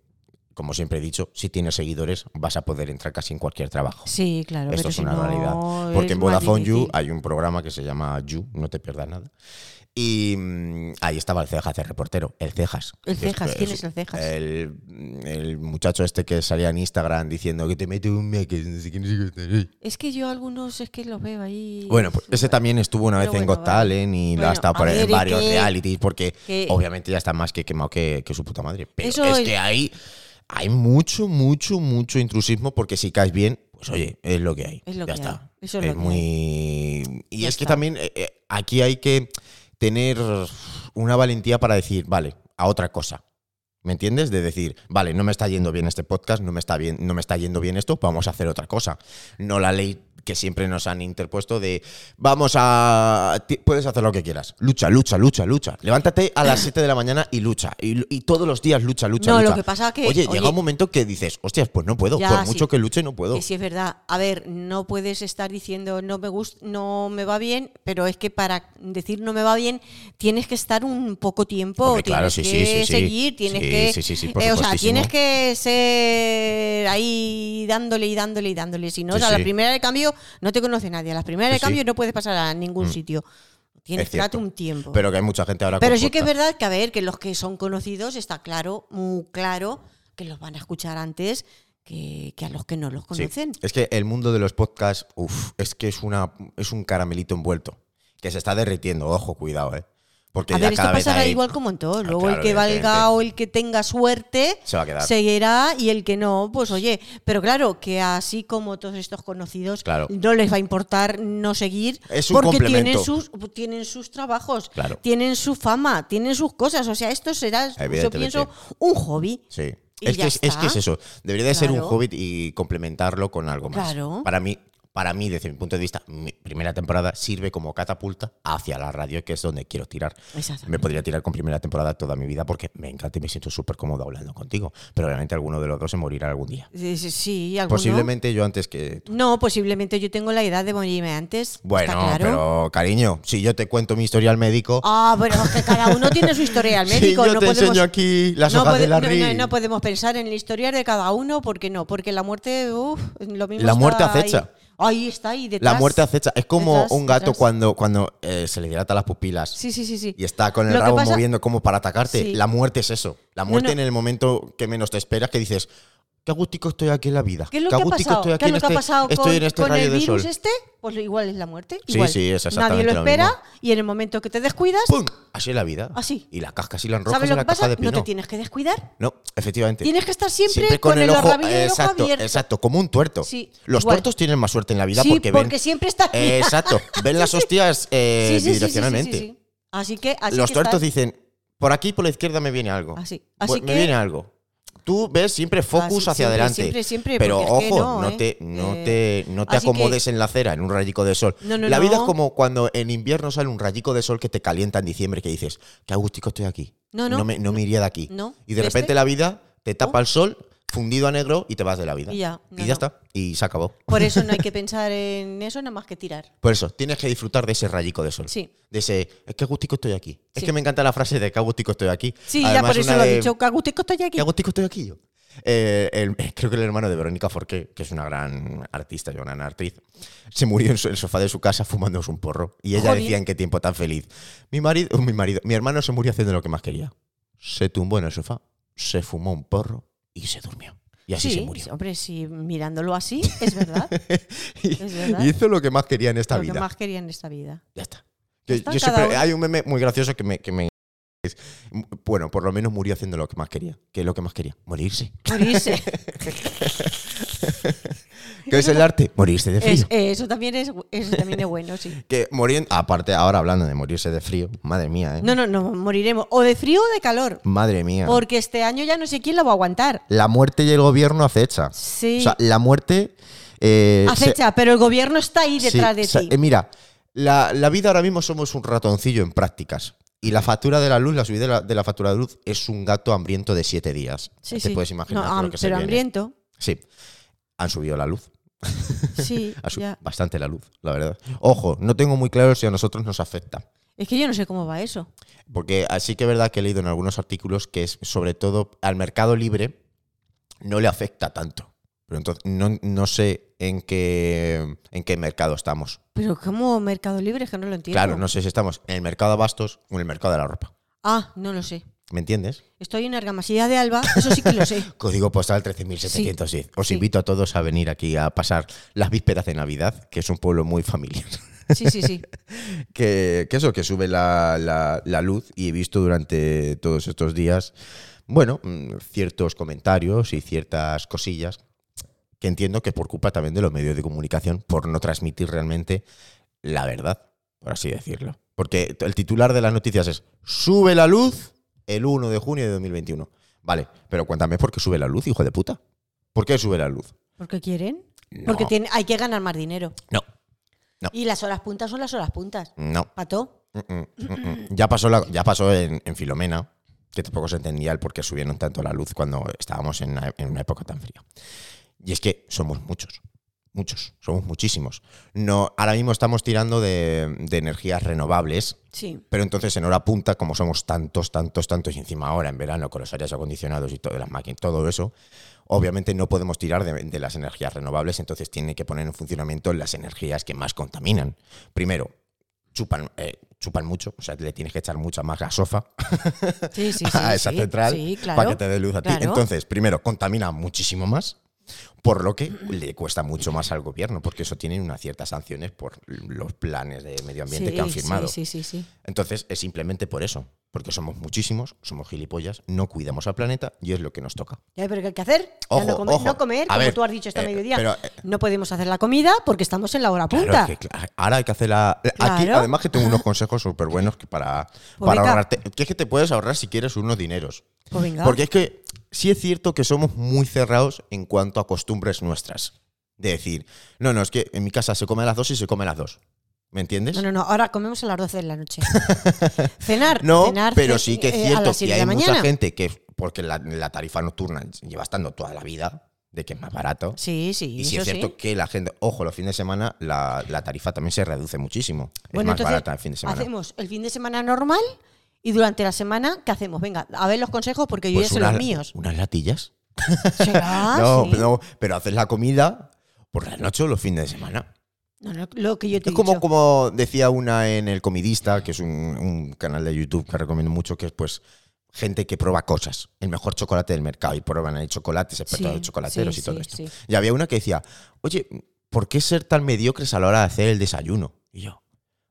Speaker 2: como siempre he dicho, si tienes seguidores vas a poder entrar casi en cualquier trabajo.
Speaker 1: Sí, claro.
Speaker 2: Esto
Speaker 1: pero
Speaker 2: es
Speaker 1: si
Speaker 2: una
Speaker 1: no,
Speaker 2: realidad.
Speaker 1: es
Speaker 2: Porque en
Speaker 1: más
Speaker 2: Vodafone You
Speaker 1: difícil.
Speaker 2: hay un programa que se llama You, no te pierdas nada. Y mm, ahí estaba el Cejas, el reportero, el Cejas.
Speaker 1: El
Speaker 2: Que
Speaker 1: Cejas, ¿quién es el Cejas?
Speaker 2: El, el muchacho este que salía en Instagram diciendo que te mete un me, que no sé qué, no sé qué.
Speaker 1: Es que yo algunos es que los veo ahí.
Speaker 2: Bueno, pues ese también estuvo una vez
Speaker 1: Pero
Speaker 2: en
Speaker 1: bueno,
Speaker 2: Got
Speaker 1: vale.
Speaker 2: Talent y
Speaker 1: Bueno,
Speaker 2: ha estado por
Speaker 1: a
Speaker 2: en
Speaker 1: ver, ¿y
Speaker 2: varios
Speaker 1: qué?
Speaker 2: realities porque
Speaker 1: ¿Qué?
Speaker 2: obviamente ya está más que quemado que, que su puta madre. Pero
Speaker 1: Eso
Speaker 2: es
Speaker 1: es-
Speaker 2: que hay, hay mucho, mucho, mucho intrusismo porque si caes bien, pues oye, es lo que hay.
Speaker 1: Es lo
Speaker 2: ya
Speaker 1: que
Speaker 2: está.
Speaker 1: hay. Eso es lo que
Speaker 2: muy... Y
Speaker 1: Ya
Speaker 2: es que
Speaker 1: está.
Speaker 2: también eh, eh, aquí hay que tener una valentía para decir, vale, a otra cosa. ¿Me entiendes? De decir, vale, no me está yendo bien este podcast, no me está bien, no me está yendo bien esto, vamos a hacer otra cosa. No la ley que siempre nos han interpuesto de vamos a ti- puedes hacer lo que quieras. Lucha, lucha, lucha, lucha. Levántate a las 7 de la mañana y lucha. Y, y todos los días lucha, lucha,
Speaker 1: No, lo
Speaker 2: lucha.
Speaker 1: que pasa que-
Speaker 2: Oye,
Speaker 1: oye-
Speaker 2: llega un momento que dices, hostias, pues no puedo.
Speaker 1: Ya,
Speaker 2: Por
Speaker 1: sí.
Speaker 2: mucho que luche, no puedo.
Speaker 1: Que sí es verdad. A ver, no puedes estar diciendo no me gusta, no me va bien, pero es que para decir no me va bien tienes que estar un poco tiempo,
Speaker 2: Hombre,
Speaker 1: tienes
Speaker 2: claro, sí, sí,
Speaker 1: que
Speaker 2: sí, sí.
Speaker 1: seguir, tienes
Speaker 2: Sí,
Speaker 1: que eh,
Speaker 2: sí, sí, sí, por
Speaker 1: o sea,
Speaker 2: supuestísimo.
Speaker 1: tienes que ser ahí dándole y dándole y dándole, si no,
Speaker 2: Sí,
Speaker 1: o sea,
Speaker 2: sí.
Speaker 1: la primera de cambio no te conoce nadie, a la primera
Speaker 2: Sí,
Speaker 1: de cambio
Speaker 2: sí.
Speaker 1: no puedes pasar a ningún sitio. Tienes
Speaker 2: Es
Speaker 1: que darte
Speaker 2: cierto.
Speaker 1: un tiempo.
Speaker 2: Pero que hay mucha gente ahora
Speaker 1: Pero
Speaker 2: con
Speaker 1: sí que es
Speaker 2: podcast.
Speaker 1: verdad que, a ver, que los que son conocidos está claro, muy claro, que los van a escuchar antes que, que a los que no los
Speaker 2: Sí.
Speaker 1: conocen.
Speaker 2: Es que el mundo de los podcasts, uff, es que es, una, es un caramelito envuelto que se está derritiendo. Ojo, cuidado, ¿eh? Porque
Speaker 1: A
Speaker 2: ya
Speaker 1: ver, esto
Speaker 2: cada vez
Speaker 1: pasará
Speaker 2: hay-
Speaker 1: igual como en todo.
Speaker 2: Ah,
Speaker 1: Luego
Speaker 2: claro,
Speaker 1: el que valga
Speaker 2: evidentemente.
Speaker 1: o el que tenga suerte
Speaker 2: Se va a quedar.
Speaker 1: seguirá y el que no, pues oye. Pero claro, que así como todos estos conocidos,
Speaker 2: Claro.
Speaker 1: no les va a importar no seguir
Speaker 2: Es un
Speaker 1: porque
Speaker 2: complemento.
Speaker 1: tienen sus, tienen sus trabajos,
Speaker 2: Claro.
Speaker 1: tienen su fama, tienen sus cosas. O sea, esto será, yo
Speaker 2: Evidentemente.
Speaker 1: pienso, un hobby.
Speaker 2: Sí.
Speaker 1: Y
Speaker 2: Es que
Speaker 1: ya
Speaker 2: es, es que es
Speaker 1: está.
Speaker 2: eso. Debería de ser un
Speaker 1: Claro.
Speaker 2: hobbit y complementarlo con algo más.
Speaker 1: Claro.
Speaker 2: Para mí, para mí, desde mi punto de vista, mi primera temporada sirve como catapulta hacia la radio, que es donde quiero tirar.
Speaker 1: Exacto.
Speaker 2: Me podría tirar con primera temporada toda mi vida porque me encanta y me siento súper cómodo hablando contigo. Pero obviamente alguno de los dos se morirá algún día.
Speaker 1: Sí, sí, sí, ¿alguno?
Speaker 2: Posiblemente yo antes que tú.
Speaker 1: No, posiblemente yo tengo la edad de morirme antes.
Speaker 2: Bueno,
Speaker 1: está claro.
Speaker 2: pero cariño, si yo te cuento mi historial médico,
Speaker 1: Ah, pero es que cada uno tiene su historial
Speaker 2: si
Speaker 1: médico.
Speaker 2: yo
Speaker 1: no
Speaker 2: te
Speaker 1: podemos...
Speaker 2: enseño aquí las
Speaker 1: no,
Speaker 2: hojas
Speaker 1: pode-
Speaker 2: de la
Speaker 1: no,
Speaker 2: RIL.
Speaker 1: no, no podemos pensar en la historia de cada uno, porque no, porque la muerte, uff, lo mismo.
Speaker 2: La
Speaker 1: está
Speaker 2: muerte
Speaker 1: ahí.
Speaker 2: acecha.
Speaker 1: Ahí, está, ahí detrás.
Speaker 2: la muerte acecha. Es como
Speaker 1: Detrás,
Speaker 2: un gato
Speaker 1: detrás.
Speaker 2: cuando, cuando eh, se le dilata las pupilas.
Speaker 1: Sí, sí, sí, sí.
Speaker 2: y está con el
Speaker 1: Lo que
Speaker 2: rabo
Speaker 1: pasa-
Speaker 2: moviendo como para atacarte.
Speaker 1: Sí.
Speaker 2: La muerte es eso. La
Speaker 1: No,
Speaker 2: muerte
Speaker 1: no.
Speaker 2: en el momento que menos te esperas, que dices, qué agustico estoy aquí en la vida.
Speaker 1: ¿Qué es lo que ha
Speaker 2: agustico
Speaker 1: pasado?
Speaker 2: estoy aquí
Speaker 1: ¿Qué es
Speaker 2: en
Speaker 1: lo que ha
Speaker 2: este-
Speaker 1: pasado
Speaker 2: estoy
Speaker 1: con,
Speaker 2: en este
Speaker 1: con
Speaker 2: rayo
Speaker 1: el
Speaker 2: de
Speaker 1: virus
Speaker 2: sol.
Speaker 1: este? Pues lo igual es la muerte.
Speaker 2: Sí,
Speaker 1: igual.
Speaker 2: sí, es
Speaker 1: Nadie
Speaker 2: exactamente
Speaker 1: lo
Speaker 2: lo
Speaker 1: espera
Speaker 2: mismo.
Speaker 1: y en el momento que te descuidas,
Speaker 2: ¡Pum! Así es la vida.
Speaker 1: Así.
Speaker 2: Y la casca así la enrojas
Speaker 1: ¿sabes
Speaker 2: en
Speaker 1: Ah, lo
Speaker 2: la
Speaker 1: que
Speaker 2: caja
Speaker 1: pasa?
Speaker 2: de
Speaker 1: No
Speaker 2: pino.
Speaker 1: te tienes que descuidar.
Speaker 2: No, efectivamente.
Speaker 1: Tienes que estar siempre, con, el, rabillo del ojo
Speaker 2: exacto,
Speaker 1: abierto.
Speaker 2: exacto, como un tuerto.
Speaker 1: Sí,
Speaker 2: Los
Speaker 1: igual.
Speaker 2: tuertos tienen más suerte en la vida
Speaker 1: Sí,
Speaker 2: porque
Speaker 1: porque,
Speaker 2: ven.
Speaker 1: siempre está aquí.
Speaker 2: Eh, exacto, ven las hostias eh,
Speaker 1: Sí, sí, sí, sí, sí,
Speaker 2: direccionalmente.
Speaker 1: sí, sí. Así que así
Speaker 2: Los
Speaker 1: que
Speaker 2: tuertos
Speaker 1: estás-
Speaker 2: dicen, por aquí por la izquierda me viene algo.
Speaker 1: Así, así
Speaker 2: Pues me
Speaker 1: que-
Speaker 2: viene algo. Tú ves siempre focus
Speaker 1: Así,
Speaker 2: hacia
Speaker 1: Ah, siempre,
Speaker 2: adelante.
Speaker 1: siempre, siempre,
Speaker 2: pero ojo,
Speaker 1: porque es que
Speaker 2: no,
Speaker 1: no, ¿eh?
Speaker 2: te, no,
Speaker 1: Eh,
Speaker 2: te, no te
Speaker 1: así que-
Speaker 2: acomodes en la acera, en un rayico de sol.
Speaker 1: No, no,
Speaker 2: la vida
Speaker 1: no.
Speaker 2: es como cuando en invierno sale un rayico de sol que te calienta en diciembre, que dices, qué agustico estoy aquí.
Speaker 1: No, no.
Speaker 2: me, me iría de aquí.
Speaker 1: No.
Speaker 2: Y
Speaker 1: ¿Viste?
Speaker 2: de
Speaker 1: Oh.
Speaker 2: repente la vida te tapa el sol, fundido a negro, y te vas de la vida.
Speaker 1: Y ya, no, no.
Speaker 2: está. Y se acabó.
Speaker 1: Por eso no hay que pensar en eso nada más que tirar.
Speaker 2: Por eso, tienes que disfrutar de ese rayico de sol.
Speaker 1: Sí.
Speaker 2: De ese, es que agustico estoy aquí. Es
Speaker 1: Sí.
Speaker 2: que me encanta la frase de que agustico estoy aquí.
Speaker 1: Sí, ya
Speaker 2: Además,
Speaker 1: por eso
Speaker 2: una
Speaker 1: lo
Speaker 2: de-
Speaker 1: he dicho. que Agustico está ya aquí.
Speaker 2: ¿Qué agustico estoy aquí yo? Eh, el- creo que el hermano de Verónica Forqué, que es una gran artista y una gran actriz, se murió en su- el sofá de su casa fumándose un porro. Y ella
Speaker 1: Jolín.
Speaker 2: decía en qué tiempo tan feliz. Mi marido, mi marido, mi hermano se murió haciendo lo que más quería. Se tumbó en el sofá, se fumó un porro y se durmió. Y así
Speaker 1: sí,
Speaker 2: se murió.
Speaker 1: hombre, sí, mirándolo así, es verdad. es verdad.
Speaker 2: Y hizo lo que más quería en esta
Speaker 1: lo
Speaker 2: vida.
Speaker 1: que más quería en esta vida.
Speaker 2: Ya está.
Speaker 1: Ya
Speaker 2: Yo-
Speaker 1: está,
Speaker 2: yo
Speaker 1: cada
Speaker 2: siempre-
Speaker 1: uno.
Speaker 2: hay un meme muy gracioso que me, que me- es, m- bueno, por lo menos murió haciendo lo que más quería. ¿Qué es lo que más quería? Morirse.
Speaker 1: Morirse.
Speaker 2: ¿Qué es el arte? Morirse de frío.
Speaker 1: Es- eh, eso, también es, eso también es bueno, sí.
Speaker 2: Que morir, aparte ahora hablando de morirse de frío, madre mía, ¿eh?
Speaker 1: No, no, no, moriremos. O de frío o de calor.
Speaker 2: Madre mía.
Speaker 1: Porque este año ya no sé quién lo va a aguantar.
Speaker 2: La muerte y el gobierno acecha.
Speaker 1: Sí.
Speaker 2: O sea, la muerte... eh,
Speaker 1: Acecha, pero el gobierno está ahí
Speaker 2: se-
Speaker 1: detrás
Speaker 2: sí,
Speaker 1: de
Speaker 2: o sea,
Speaker 1: ti.
Speaker 2: eh, mira, la, la vida ahora mismo somos un ratoncillo en prácticas. Y la factura de la luz, la subida de la, de la factura de luz, es un gato hambriento de siete días.
Speaker 1: Sí,
Speaker 2: Te
Speaker 1: sí.
Speaker 2: puedes imaginar
Speaker 1: No,
Speaker 2: todo
Speaker 1: ham-
Speaker 2: lo que se
Speaker 1: pero
Speaker 2: viene.
Speaker 1: hambriento.
Speaker 2: Sí. Han subido la luz.
Speaker 1: Sí,
Speaker 2: Ha subido
Speaker 1: ya.
Speaker 2: bastante la luz, la verdad. Ojo, no tengo muy claro si a nosotros nos afecta.
Speaker 1: Es que yo no sé cómo va eso.
Speaker 2: Porque así que es verdad que he leído en algunos artículos que es, sobre todo al mercado libre no le afecta tanto. Pero entonces no, no sé en qué, en qué mercado estamos.
Speaker 1: Pero como Mercado Libre, es que no lo entiendo.
Speaker 2: Claro, no sé si estamos en el mercado de abastos o en el mercado de la ropa.
Speaker 1: Ah, no lo sé.
Speaker 2: ¿Me entiendes?
Speaker 1: Estoy en Argamasilla de Alba, eso sí que lo sé.
Speaker 2: Código postal 13.710. Os
Speaker 1: sí.
Speaker 2: invito a todos a venir aquí a pasar las vísperas de Navidad, que es un pueblo muy familiar.
Speaker 1: Sí, sí, sí.
Speaker 2: que, que eso, que sube la, la- la luz y he visto durante todos estos días, bueno, mm, ciertos comentarios y ciertas cosillas que entiendo que por culpa también de los medios de comunicación, por no transmitir realmente la verdad, por así decirlo. Porque t- el titular de las noticias es, sube la luz el 1 de junio de 2021. Vale, pero cuéntame por qué sube la luz, hijo de puta. ¿Por qué sube la luz?
Speaker 1: ¿Por qué quieren?
Speaker 2: No.
Speaker 1: Porque tiene- hay que ganar más dinero.
Speaker 2: No, No.
Speaker 1: Y las horas puntas son las horas puntas.
Speaker 2: no.
Speaker 1: Pato.
Speaker 2: Mm, mm, mm, mm. Ya pasó, la- ya pasó en, en Filomena, que tampoco se entendía el por qué subieron tanto la luz cuando estábamos en una, en una época tan fría. Y es que somos muchos, muchos, somos muchísimos. No, ahora mismo estamos tirando de, de energías renovables,
Speaker 1: Sí.
Speaker 2: pero entonces en hora punta, como somos tantos, tantos, tantos, y encima ahora en verano con los aires acondicionados y todas las máquinas, todo eso, obviamente no podemos tirar de, de las energías renovables, entonces tiene que poner en funcionamiento las energías que más contaminan. Primero, chupan, eh, chupan mucho, o sea, le tienes que echar mucha más gasofa
Speaker 1: Sí, sí, sí.
Speaker 2: a Ah, esa
Speaker 1: sí.
Speaker 2: central
Speaker 1: Sí,
Speaker 2: para que
Speaker 1: claro.
Speaker 2: te dé luz a ti.
Speaker 1: claro.
Speaker 2: Entonces, primero, contamina muchísimo más, por lo que le cuesta mucho más al gobierno, porque eso tiene unas ciertas sanciones por los planes de medio ambiente
Speaker 1: Sí,
Speaker 2: que han
Speaker 1: sí,
Speaker 2: firmado.
Speaker 1: Sí, sí, sí.
Speaker 2: Entonces es simplemente por eso, porque somos muchísimos, somos gilipollas, no cuidamos al planeta y es lo que nos toca.
Speaker 1: Ya, pero ¿qué hay que hacer? Ya
Speaker 2: Ojo,
Speaker 1: no, comer,
Speaker 2: ojo.
Speaker 1: no comer,
Speaker 2: A
Speaker 1: como
Speaker 2: ver,
Speaker 1: tú has dicho este
Speaker 2: eh,
Speaker 1: mediodía.
Speaker 2: pero, eh,
Speaker 1: no podemos hacer la comida porque estamos en la hora punta.
Speaker 2: Claro, es que, cla- ahora hay que hacer la... Aquí
Speaker 1: Claro.
Speaker 2: además que tengo unos consejos súper buenos que para,
Speaker 1: Pues
Speaker 2: para
Speaker 1: venga.
Speaker 2: ahorrarte... Que es que te puedes ahorrar si quieres unos dineros.
Speaker 1: Pues venga.
Speaker 2: Porque es que sí es cierto que somos muy cerrados en cuanto a costumbres nuestras. De decir, no, no, es que en mi casa se come a las dos y se come a las dos. ¿Me entiendes?
Speaker 1: No, no, no. Ahora comemos a las 12 de la noche. cenar.
Speaker 2: No,
Speaker 1: cenar,
Speaker 2: pero
Speaker 1: ce-
Speaker 2: sí que es
Speaker 1: eh, a
Speaker 2: cierto
Speaker 1: las
Speaker 2: que
Speaker 1: siete
Speaker 2: hay
Speaker 1: de la
Speaker 2: mucha
Speaker 1: mañana.
Speaker 2: gente que, porque la, la tarifa nocturna lleva estando toda la vida, de que es más barato.
Speaker 1: Sí, sí.
Speaker 2: Y sí es
Speaker 1: eso
Speaker 2: cierto que la gente, ojo, los fines de semana la, la tarifa también se reduce muchísimo. es
Speaker 1: Bueno,
Speaker 2: más
Speaker 1: entonces,
Speaker 2: barata el fin de semana.
Speaker 1: Hacemos el fin de semana normal y durante la semana, ¿qué hacemos? Venga, a ver los consejos porque yo
Speaker 2: Pues
Speaker 1: ya sé
Speaker 2: unas-
Speaker 1: los míos.
Speaker 2: Unas latillas.
Speaker 1: ¿Será?
Speaker 2: no,
Speaker 1: Sí.
Speaker 2: no, pero haces la comida por la noche o los fines de semana.
Speaker 1: No, no, lo que yo te
Speaker 2: Es
Speaker 1: he
Speaker 2: como,
Speaker 1: dicho.
Speaker 2: como decía una en El Comidista, que es un, un canal de YouTube que recomiendo mucho, que es pues gente que prueba cosas, el mejor chocolate del mercado, y prueban ahí chocolates, expertos
Speaker 1: Sí,
Speaker 2: de chocolateros
Speaker 1: sí,
Speaker 2: y todo
Speaker 1: sí,
Speaker 2: esto.
Speaker 1: sí.
Speaker 2: Y había una que decía, oye, ¿por qué ser tan mediocres a la hora de hacer el desayuno? Y yo,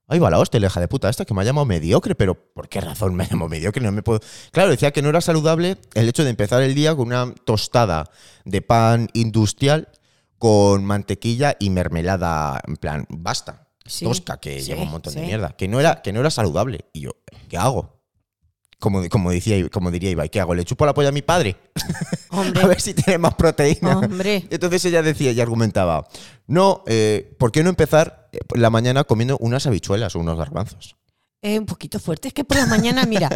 Speaker 2: ahí va la hostia, la hija de puta esta, que me ha llamado mediocre, pero ¿por qué razón me ha llamado mediocre? No me puedo... Claro, decía que no era saludable el hecho de empezar el día con una tostada de pan industrial con mantequilla y mermelada, en plan, basta.
Speaker 1: Sí,
Speaker 2: tosca, que
Speaker 1: sí,
Speaker 2: lleva un montón de
Speaker 1: sí.
Speaker 2: mierda. Que no, era, que no era saludable. Y yo, ¿qué hago? Como, como, decía, como diría Ibai, ¿qué hago? ¿Le chupo la polla a mi padre?
Speaker 1: Hombre,
Speaker 2: A ver si tiene más proteína.
Speaker 1: Hombre.
Speaker 2: Entonces ella decía y argumentaba, no, eh, ¿por qué no empezar eh, por la mañana comiendo unas habichuelas o unos garbanzos?
Speaker 1: es un poquito fuerte. Es que por la mañana, mira,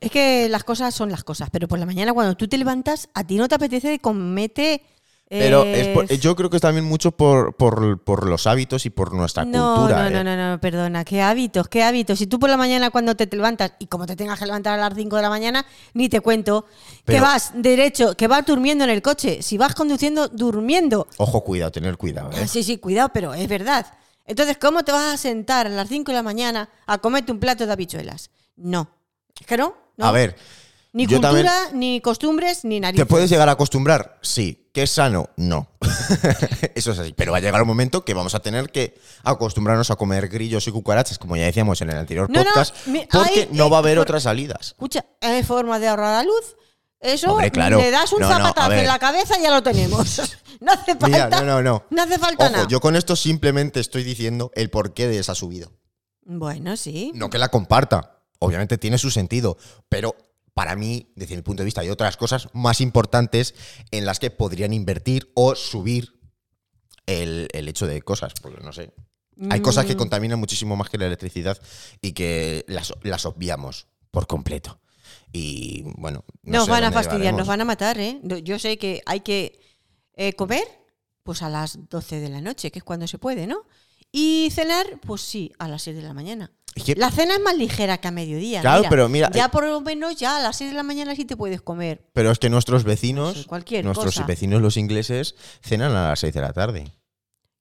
Speaker 1: es que las cosas son las cosas, pero por la mañana cuando tú te levantas, a ti no te apetece comete.
Speaker 2: Pero
Speaker 1: eh,
Speaker 2: es por- yo creo que es también mucho por, por- por los hábitos y por nuestra
Speaker 1: no,
Speaker 2: cultura.
Speaker 1: No, no,
Speaker 2: eh.
Speaker 1: no, no, perdona. ¿Qué hábitos? ¿Qué hábitos? Si tú por la mañana cuando te, te levantas, y como te tengas que levantar a las 5 de la mañana, ni te cuento, que
Speaker 2: Pero-
Speaker 1: vas derecho, que vas durmiendo en el coche. Si vas conduciendo, durmiendo.
Speaker 2: Ojo, cuidado, tener cuidado. eh.
Speaker 1: Ah, Sí, sí, cuidado, pero es verdad. Entonces, ¿cómo te vas a sentar a las 5 de la mañana a comerte un plato de habichuelas? No. ¿Es que no? no.
Speaker 2: A ver,
Speaker 1: Ni
Speaker 2: yo también-
Speaker 1: cultura, ni costumbres, ni nariz.
Speaker 2: ¿te puedes llegar a acostumbrar? Sí. ¿Que es sano? No. Eso es así. Pero va a llegar un momento que vamos a tener que acostumbrarnos a comer grillos y cucarachas, como ya decíamos en el anterior
Speaker 1: No, no,
Speaker 2: podcast,
Speaker 1: mi- ahí,
Speaker 2: porque no va a
Speaker 1: eh,
Speaker 2: haber
Speaker 1: por-
Speaker 2: otras salidas.
Speaker 1: Escucha, es forma de ahorrar la luz. Eso
Speaker 2: Hombre, claro.
Speaker 1: le das un
Speaker 2: No, no, a
Speaker 1: zapatazo
Speaker 2: ver.
Speaker 1: en la cabeza y ya lo tenemos. no hace falta.
Speaker 2: Mira, no, no, no.
Speaker 1: No hace falta
Speaker 2: Ojo,
Speaker 1: nada.
Speaker 2: yo con esto simplemente estoy diciendo el porqué de esa subida.
Speaker 1: Bueno, sí.
Speaker 2: No que la comparta. Obviamente tiene su sentido, pero para mí, desde mi punto de vista, hay otras cosas más importantes en las que podrían invertir o subir el, el hecho de cosas, porque no sé. Hay cosas
Speaker 1: Mm,
Speaker 2: que contaminan muchísimo más que la electricidad y que las, las obviamos por completo. Y bueno, no
Speaker 1: nos
Speaker 2: sé
Speaker 1: van a
Speaker 2: dónde
Speaker 1: fastidiar,
Speaker 2: llegaremos.
Speaker 1: nos van a matar, ¿eh? No, Yo sé que hay que eh, comer pues a las 12 de la noche, que es cuando se puede, ¿no? Y cenar, pues sí, a las 6 de la mañana.
Speaker 2: Es que-
Speaker 1: La cena es más ligera que a mediodía.
Speaker 2: Claro, pero mira- eh
Speaker 1: Ya por lo menos ya a las 6 de la mañana sí te puedes comer.
Speaker 2: Pero es que nuestros vecinos,
Speaker 1: Sí, Pues cualquier
Speaker 2: nuestros
Speaker 1: cosa.
Speaker 2: vecinos los ingleses, cenan a las 6 de la tarde.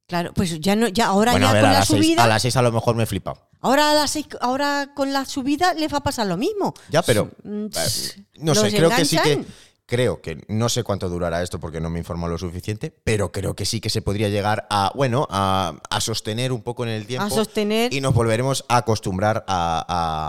Speaker 1: Claro, pues ya no, ya ahora
Speaker 2: bueno,
Speaker 1: ya
Speaker 2: a ver,
Speaker 1: con
Speaker 2: a,
Speaker 1: la
Speaker 2: las 6,
Speaker 1: subida.
Speaker 2: a las 6 a lo mejor me he flipado.
Speaker 1: Ahora a las seis- ahora con la subida les va a pasar lo mismo.
Speaker 2: Ya, pero,
Speaker 1: Mm,
Speaker 2: eh, No
Speaker 1: los
Speaker 2: sé, creo que sí que...
Speaker 1: enganchan.
Speaker 2: Creo que no sé cuánto durará esto porque no me informo lo suficiente, pero creo que sí que se podría llegar a, bueno, a, a sostener un poco en el tiempo.
Speaker 1: A sostener.
Speaker 2: Y nos volveremos a acostumbrar a.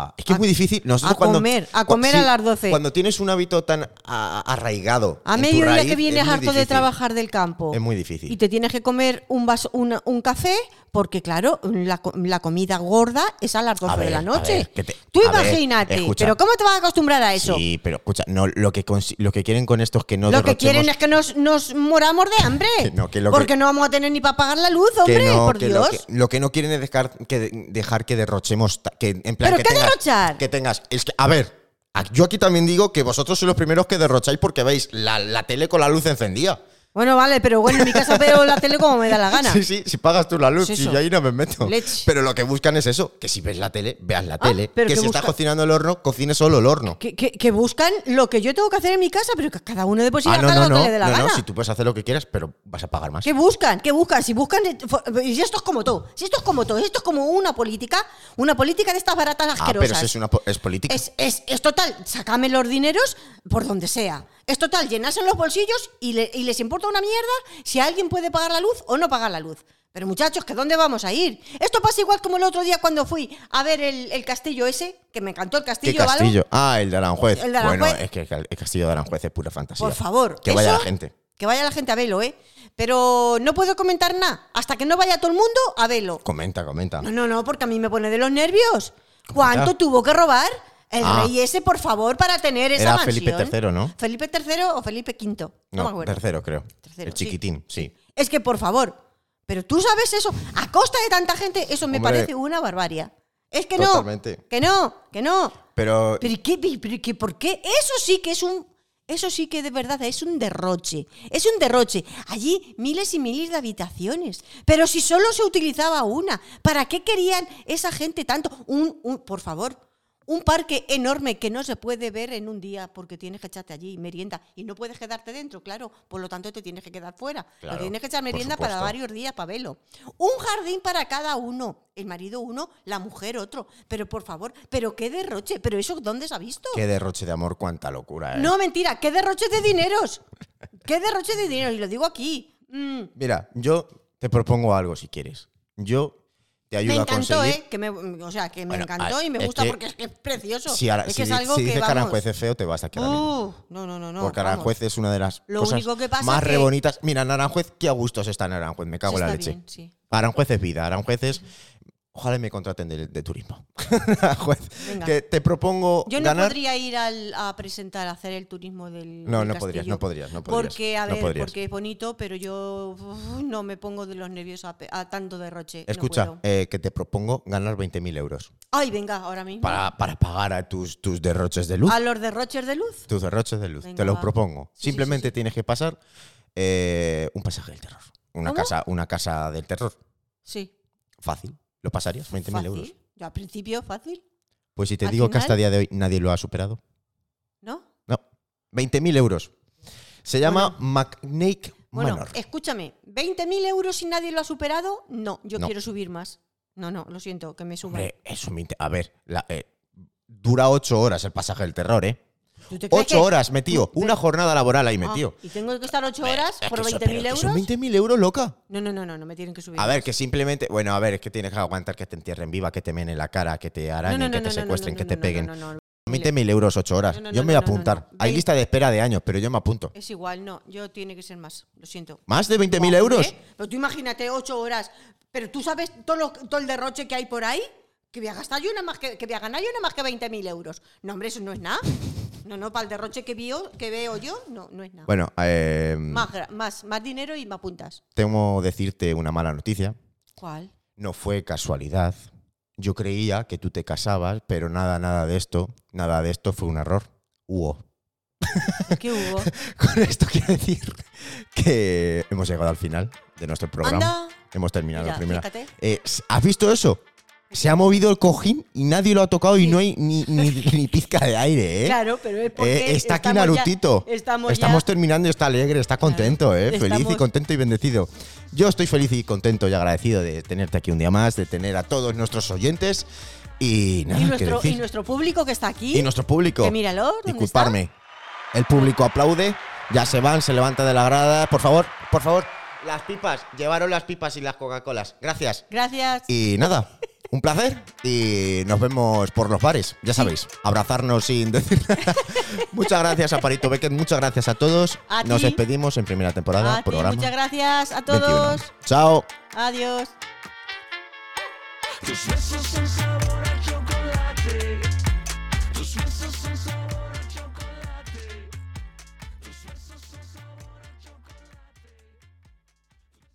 Speaker 2: a- es que
Speaker 1: A-
Speaker 2: es muy difícil. Nosotros
Speaker 1: a
Speaker 2: cuando-
Speaker 1: comer, a
Speaker 2: cua-
Speaker 1: comer a las 12.
Speaker 2: Cuando tienes un hábito tan a- arraigado.
Speaker 1: A
Speaker 2: en tu
Speaker 1: mediodía
Speaker 2: raíz,
Speaker 1: que
Speaker 2: es
Speaker 1: vienes
Speaker 2: muy
Speaker 1: harto de
Speaker 2: difícil.
Speaker 1: trabajar del campo.
Speaker 2: Es muy difícil.
Speaker 1: Y te tienes que comer un vaso, una- un café, porque claro, la, co- la comida gorda es a las 12 de
Speaker 2: ver,
Speaker 1: la
Speaker 2: a
Speaker 1: noche.
Speaker 2: ver, que te-
Speaker 1: Tú
Speaker 2: a ver,
Speaker 1: imagínate,
Speaker 2: escucha.
Speaker 1: pero ¿cómo te vas a acostumbrar a eso?
Speaker 2: Sí, pero escucha, no, lo, que consi- lo que quieren con esto es que no
Speaker 1: lo que quieren es
Speaker 2: derrochemos-
Speaker 1: que nos, nos moramos de hambre.
Speaker 2: Que no, que lo que-
Speaker 1: porque no vamos a tener ni para pagar la luz, hombre,
Speaker 2: que no,
Speaker 1: por
Speaker 2: que
Speaker 1: Dios.
Speaker 2: Lo que, lo que no quieren es dejar que, de- dejar que derrochemos. ta- Que, en plan,
Speaker 1: ¿Pero
Speaker 2: que
Speaker 1: qué
Speaker 2: tengas-
Speaker 1: derrochar?
Speaker 2: Que tengas. Es que, a ver. a- Yo aquí también digo que vosotros sois los primeros que derrocháis porque veis la, la tele con la luz encendida.
Speaker 1: Bueno, vale, pero bueno, en mi casa veo la tele como me da la gana.
Speaker 2: Sí, sí, si pagas tú la luz,
Speaker 1: Es
Speaker 2: si
Speaker 1: eso.
Speaker 2: yo ahí no me meto.
Speaker 1: Leche. Ah,
Speaker 2: Pero lo que buscan es eso, que si ves la tele, veas la tele.
Speaker 1: pero
Speaker 2: que
Speaker 1: que
Speaker 2: si estás
Speaker 1: busca-
Speaker 2: cocinando el horno, cocines solo el horno.
Speaker 1: Que, que- que buscan lo que yo tengo que hacer en mi casa, pero que cada uno de por sí
Speaker 2: Ah,
Speaker 1: haga
Speaker 2: no, no,
Speaker 1: lo
Speaker 2: no,
Speaker 1: que le dé la
Speaker 2: no, no,
Speaker 1: gana.
Speaker 2: si tú puedes hacer lo que quieras, pero vas a pagar más.
Speaker 1: ¿Qué buscan? ¿Qué buscan? Si buscan. eh, fo- Y esto es como todo. Si esto es como todo. Esto es como una política. Una política de estas baratas
Speaker 2: Ah, pero
Speaker 1: asquerosas.
Speaker 2: eso es, una, po- es política.
Speaker 1: es, es- es total. Sacame los dineros por donde sea. Es total. Llenasen los bolsillos y, le- y les importa una mierda si alguien puede pagar la luz o no pagar la luz. Pero muchachos, ¿que dónde vamos a ir? Esto pasa igual como el otro día cuando fui a ver el, el castillo ese, que me encantó el
Speaker 2: ¿Qué
Speaker 1: castillo, ¿vale?
Speaker 2: castillo? Ah, el de Aranjuez.
Speaker 1: El de Aranjuez.
Speaker 2: Bueno, es que el el castillo de Aranjuez es pura fantasía.
Speaker 1: Por favor.
Speaker 2: Que vaya
Speaker 1: eso,
Speaker 2: la gente.
Speaker 1: Que vaya la gente a verlo, ¿eh? Pero no puedo comentar nada. Hasta que no vaya todo el mundo a verlo.
Speaker 2: Comenta, comenta.
Speaker 1: No, no, no, porque a mí me pone de los nervios. ¿Cuánto tuvo que robar el
Speaker 2: Ah.
Speaker 1: rey ese, por favor, para tener esa
Speaker 2: Era
Speaker 1: mansión?
Speaker 2: Felipe III, ¿no?
Speaker 1: Felipe III o Felipe V. No, me
Speaker 2: No,
Speaker 1: acuerdo.
Speaker 2: tercero, creo.
Speaker 1: Tercero,
Speaker 2: el
Speaker 1: sí.
Speaker 2: chiquitín, sí.
Speaker 1: Es que, por favor, pero tú sabes eso. A costa de tanta gente, eso me
Speaker 2: Hombre.
Speaker 1: parece una barbarie. Es que no.
Speaker 2: Totalmente.
Speaker 1: Que no, que no.
Speaker 2: Pero
Speaker 1: ¿Pero, y qué, y- pero y qué- por qué? Eso sí que es un. Eso sí que de verdad es un derroche. Es un derroche. Allí miles y miles de habitaciones. Pero si solo se utilizaba una, ¿para qué querían esa gente tanto? Un, un- por favor, un parque enorme que no se puede ver en un día porque tienes que echarte allí merienda y no puedes quedarte dentro, claro. Por lo tanto, te tienes que quedar fuera.
Speaker 2: Claro,
Speaker 1: Lo tienes que echar
Speaker 2: por
Speaker 1: merienda para
Speaker 2: supuesto.
Speaker 1: varios varios días para verlo. Un jardín para cada uno. El marido uno, la mujer otro. Pero por favor, pero qué derroche. ¿Pero eso dónde se ha visto?
Speaker 2: qué derroche de amor, cuánta locura, ¿eh?
Speaker 1: No, mentira, qué derroche de dineros. Qué derroche de dinero, y lo digo aquí. Mm,
Speaker 2: Mira, yo te propongo algo si quieres. Yo te
Speaker 1: Me
Speaker 2: ayudo a
Speaker 1: encantó,
Speaker 2: conseguir.
Speaker 1: ¿eh? Que me, o sea, que me
Speaker 2: Bueno,
Speaker 1: encantó
Speaker 2: a-
Speaker 1: y me
Speaker 2: es
Speaker 1: gusta
Speaker 2: que-
Speaker 1: porque es, que es precioso.
Speaker 2: Si, ahora-
Speaker 1: es
Speaker 2: si
Speaker 1: que es
Speaker 2: di-
Speaker 1: algo
Speaker 2: si
Speaker 1: que
Speaker 2: dices que
Speaker 1: vamos.
Speaker 2: Aranjuez es feo, te vas a quedar. mismo.
Speaker 1: Uh, no, no, no, no.
Speaker 2: Porque
Speaker 1: vamos.
Speaker 2: Aranjuez es una de las
Speaker 1: Lo
Speaker 2: cosas
Speaker 1: único que pasa
Speaker 2: más
Speaker 1: que-
Speaker 2: re bonitas. Mira, en Aranjuez, qué a gustos está en Aranjuez. Me
Speaker 1: Sí,
Speaker 2: cago en la
Speaker 1: está
Speaker 2: leche.
Speaker 1: bien, sí.
Speaker 2: Aranjuez es vida. Aranjuez es. Ojalá me contraten de, de turismo. Aranjuez.
Speaker 1: Venga.
Speaker 2: Que te propongo
Speaker 1: Yo no
Speaker 2: ganar.
Speaker 1: podría ir al- a presentar, a hacer el turismo del.
Speaker 2: No,
Speaker 1: del
Speaker 2: no podrías,
Speaker 1: castillo.
Speaker 2: no podrías, no podrías,
Speaker 1: Porque, a
Speaker 2: no
Speaker 1: ver,
Speaker 2: podrías.
Speaker 1: porque es bonito, pero yo uf, no me pongo de los nervios a, pe- a tanto derroche. no
Speaker 2: Escucha,
Speaker 1: puedo.
Speaker 2: eh, que te propongo ganar 20.000 euros
Speaker 1: Ay, venga, ahora mismo.
Speaker 2: para, para pagar a tus, tus derroches de luz.
Speaker 1: A los derroches de luz.
Speaker 2: Tus derroches de luz,
Speaker 1: Venga,
Speaker 2: te lo
Speaker 1: va.
Speaker 2: propongo.
Speaker 1: Sí, sí, sí,
Speaker 2: Simplemente tienes que pasar eh, un pasaje del terror. Una
Speaker 1: ¿Cómo?
Speaker 2: casa, una casa del terror.
Speaker 1: Sí.
Speaker 2: Fácil. Lo pasarías, 20.000
Speaker 1: fácil.
Speaker 2: euros.
Speaker 1: Yo al principio, fácil,
Speaker 2: Pues si te
Speaker 1: Al
Speaker 2: digo que hasta
Speaker 1: final-
Speaker 2: el día de hoy nadie lo ha superado.
Speaker 1: ¿no?
Speaker 2: No. 20.000 euros. Se llama McNake
Speaker 1: Bueno, eh,
Speaker 2: Manor.
Speaker 1: escúchame, 20.000 euros y nadie lo ha superado. No, yo
Speaker 2: No.
Speaker 1: quiero subir más. No, no, lo siento, que me suban.
Speaker 2: Hombre, eso me inter- A ver, la- eh, dura 8 horas el pasaje del terror, ¿eh?
Speaker 1: ¿Tú te crees
Speaker 2: 8
Speaker 1: que-
Speaker 2: horas metido. Una jornada laboral ahí
Speaker 1: Ah,
Speaker 2: metido.
Speaker 1: ¿Y tengo que estar 8 horas
Speaker 2: Es que
Speaker 1: por
Speaker 2: eso-
Speaker 1: 20.000
Speaker 2: pero que
Speaker 1: euros?
Speaker 2: Son 20.000 euros, loca.
Speaker 1: No, no, no, no, no me tienen que subir.
Speaker 2: A ver, que simplemente, bueno, a ver, es que tienes que aguantar que te entierren viva, que te menen la cara, que te
Speaker 1: No,
Speaker 2: arañen,
Speaker 1: no, no,
Speaker 2: que
Speaker 1: no,
Speaker 2: te
Speaker 1: no, no,
Speaker 2: secuestren,
Speaker 1: no,
Speaker 2: que
Speaker 1: no,
Speaker 2: te
Speaker 1: no,
Speaker 2: peguen.
Speaker 1: No, no, no.
Speaker 2: 20.000 euros, 8 horas.
Speaker 1: No, no,
Speaker 2: yo
Speaker 1: no,
Speaker 2: me voy a
Speaker 1: no, no,
Speaker 2: apuntar.
Speaker 1: no.
Speaker 2: Hay
Speaker 1: Ve-
Speaker 2: lista de espera de años, pero yo me apunto.
Speaker 1: Es igual, no, yo tiene que ser más, lo siento.
Speaker 2: ¿Más de 20.000
Speaker 1: Hombre,
Speaker 2: euros?
Speaker 1: ¿eh? Pero tú imagínate ocho horas. Pero tú sabes todo, lo- todo el derroche que hay por ahí. Que voy a gastar yo nada más que, que voy a ganar yo nada más que 20.000 euros. No, hombre, eso no es nada. No, no, para el derroche que, vio, que veo yo, no, no es nada.
Speaker 2: Bueno, eh,
Speaker 1: Más, gra- más, más dinero y me apuntas.
Speaker 2: tengo que decirte una mala noticia.
Speaker 1: ¿Cuál?
Speaker 2: No fue casualidad. Yo creía que tú te casabas, pero nada, nada de esto, nada de esto fue un error. Hubo.
Speaker 1: ¿Qué hubo?
Speaker 2: Con esto quiero decir que hemos llegado al final de nuestro programa.
Speaker 1: Anda,
Speaker 2: Hemos terminado
Speaker 1: Mira,
Speaker 2: la primera.
Speaker 1: fíjate.
Speaker 2: Eh, ¿Has visto eso? Se ha movido el cojín y nadie lo ha tocado y
Speaker 1: Sí.
Speaker 2: no hay ni, ni, ni pizca de aire, ¿eh?
Speaker 1: Claro, pero es porque
Speaker 2: Eh, está aquí
Speaker 1: estamos ya-
Speaker 2: Narutito.
Speaker 1: estamos ya-
Speaker 2: terminando y está alegre, está contento, ¿eh? Feliz y
Speaker 1: Estamos-
Speaker 2: contento y bendecido. Yo estoy feliz y contento y agradecido de tenerte aquí un día más, de tener a todos nuestros oyentes y nada
Speaker 1: y,
Speaker 2: que
Speaker 1: nuestro,
Speaker 2: decir.
Speaker 1: y nuestro público que está aquí.
Speaker 2: Y nuestro público.
Speaker 1: Que míralo, ¿dónde
Speaker 2: Disculparme. El público aplaude, ya se van, se levanta de la grada. Por favor, por favor, las pipas, llevaron las pipas y las Coca-Colas. Gracias.
Speaker 1: Gracias.
Speaker 2: Y nada, un placer y nos vemos por los bares, ya sabéis, abrazarnos sin decir nada. Muchas gracias a Parito Beckett, muchas gracias a todos.
Speaker 1: A
Speaker 2: nos
Speaker 1: ti.
Speaker 2: despedimos en primera temporada,
Speaker 1: A ti,
Speaker 2: programa
Speaker 1: muchas gracias a
Speaker 2: 21.
Speaker 1: todos.
Speaker 2: Chao.
Speaker 1: Adiós.
Speaker 3: Tus besos son sabor a chocolate. Tus besos son sabor a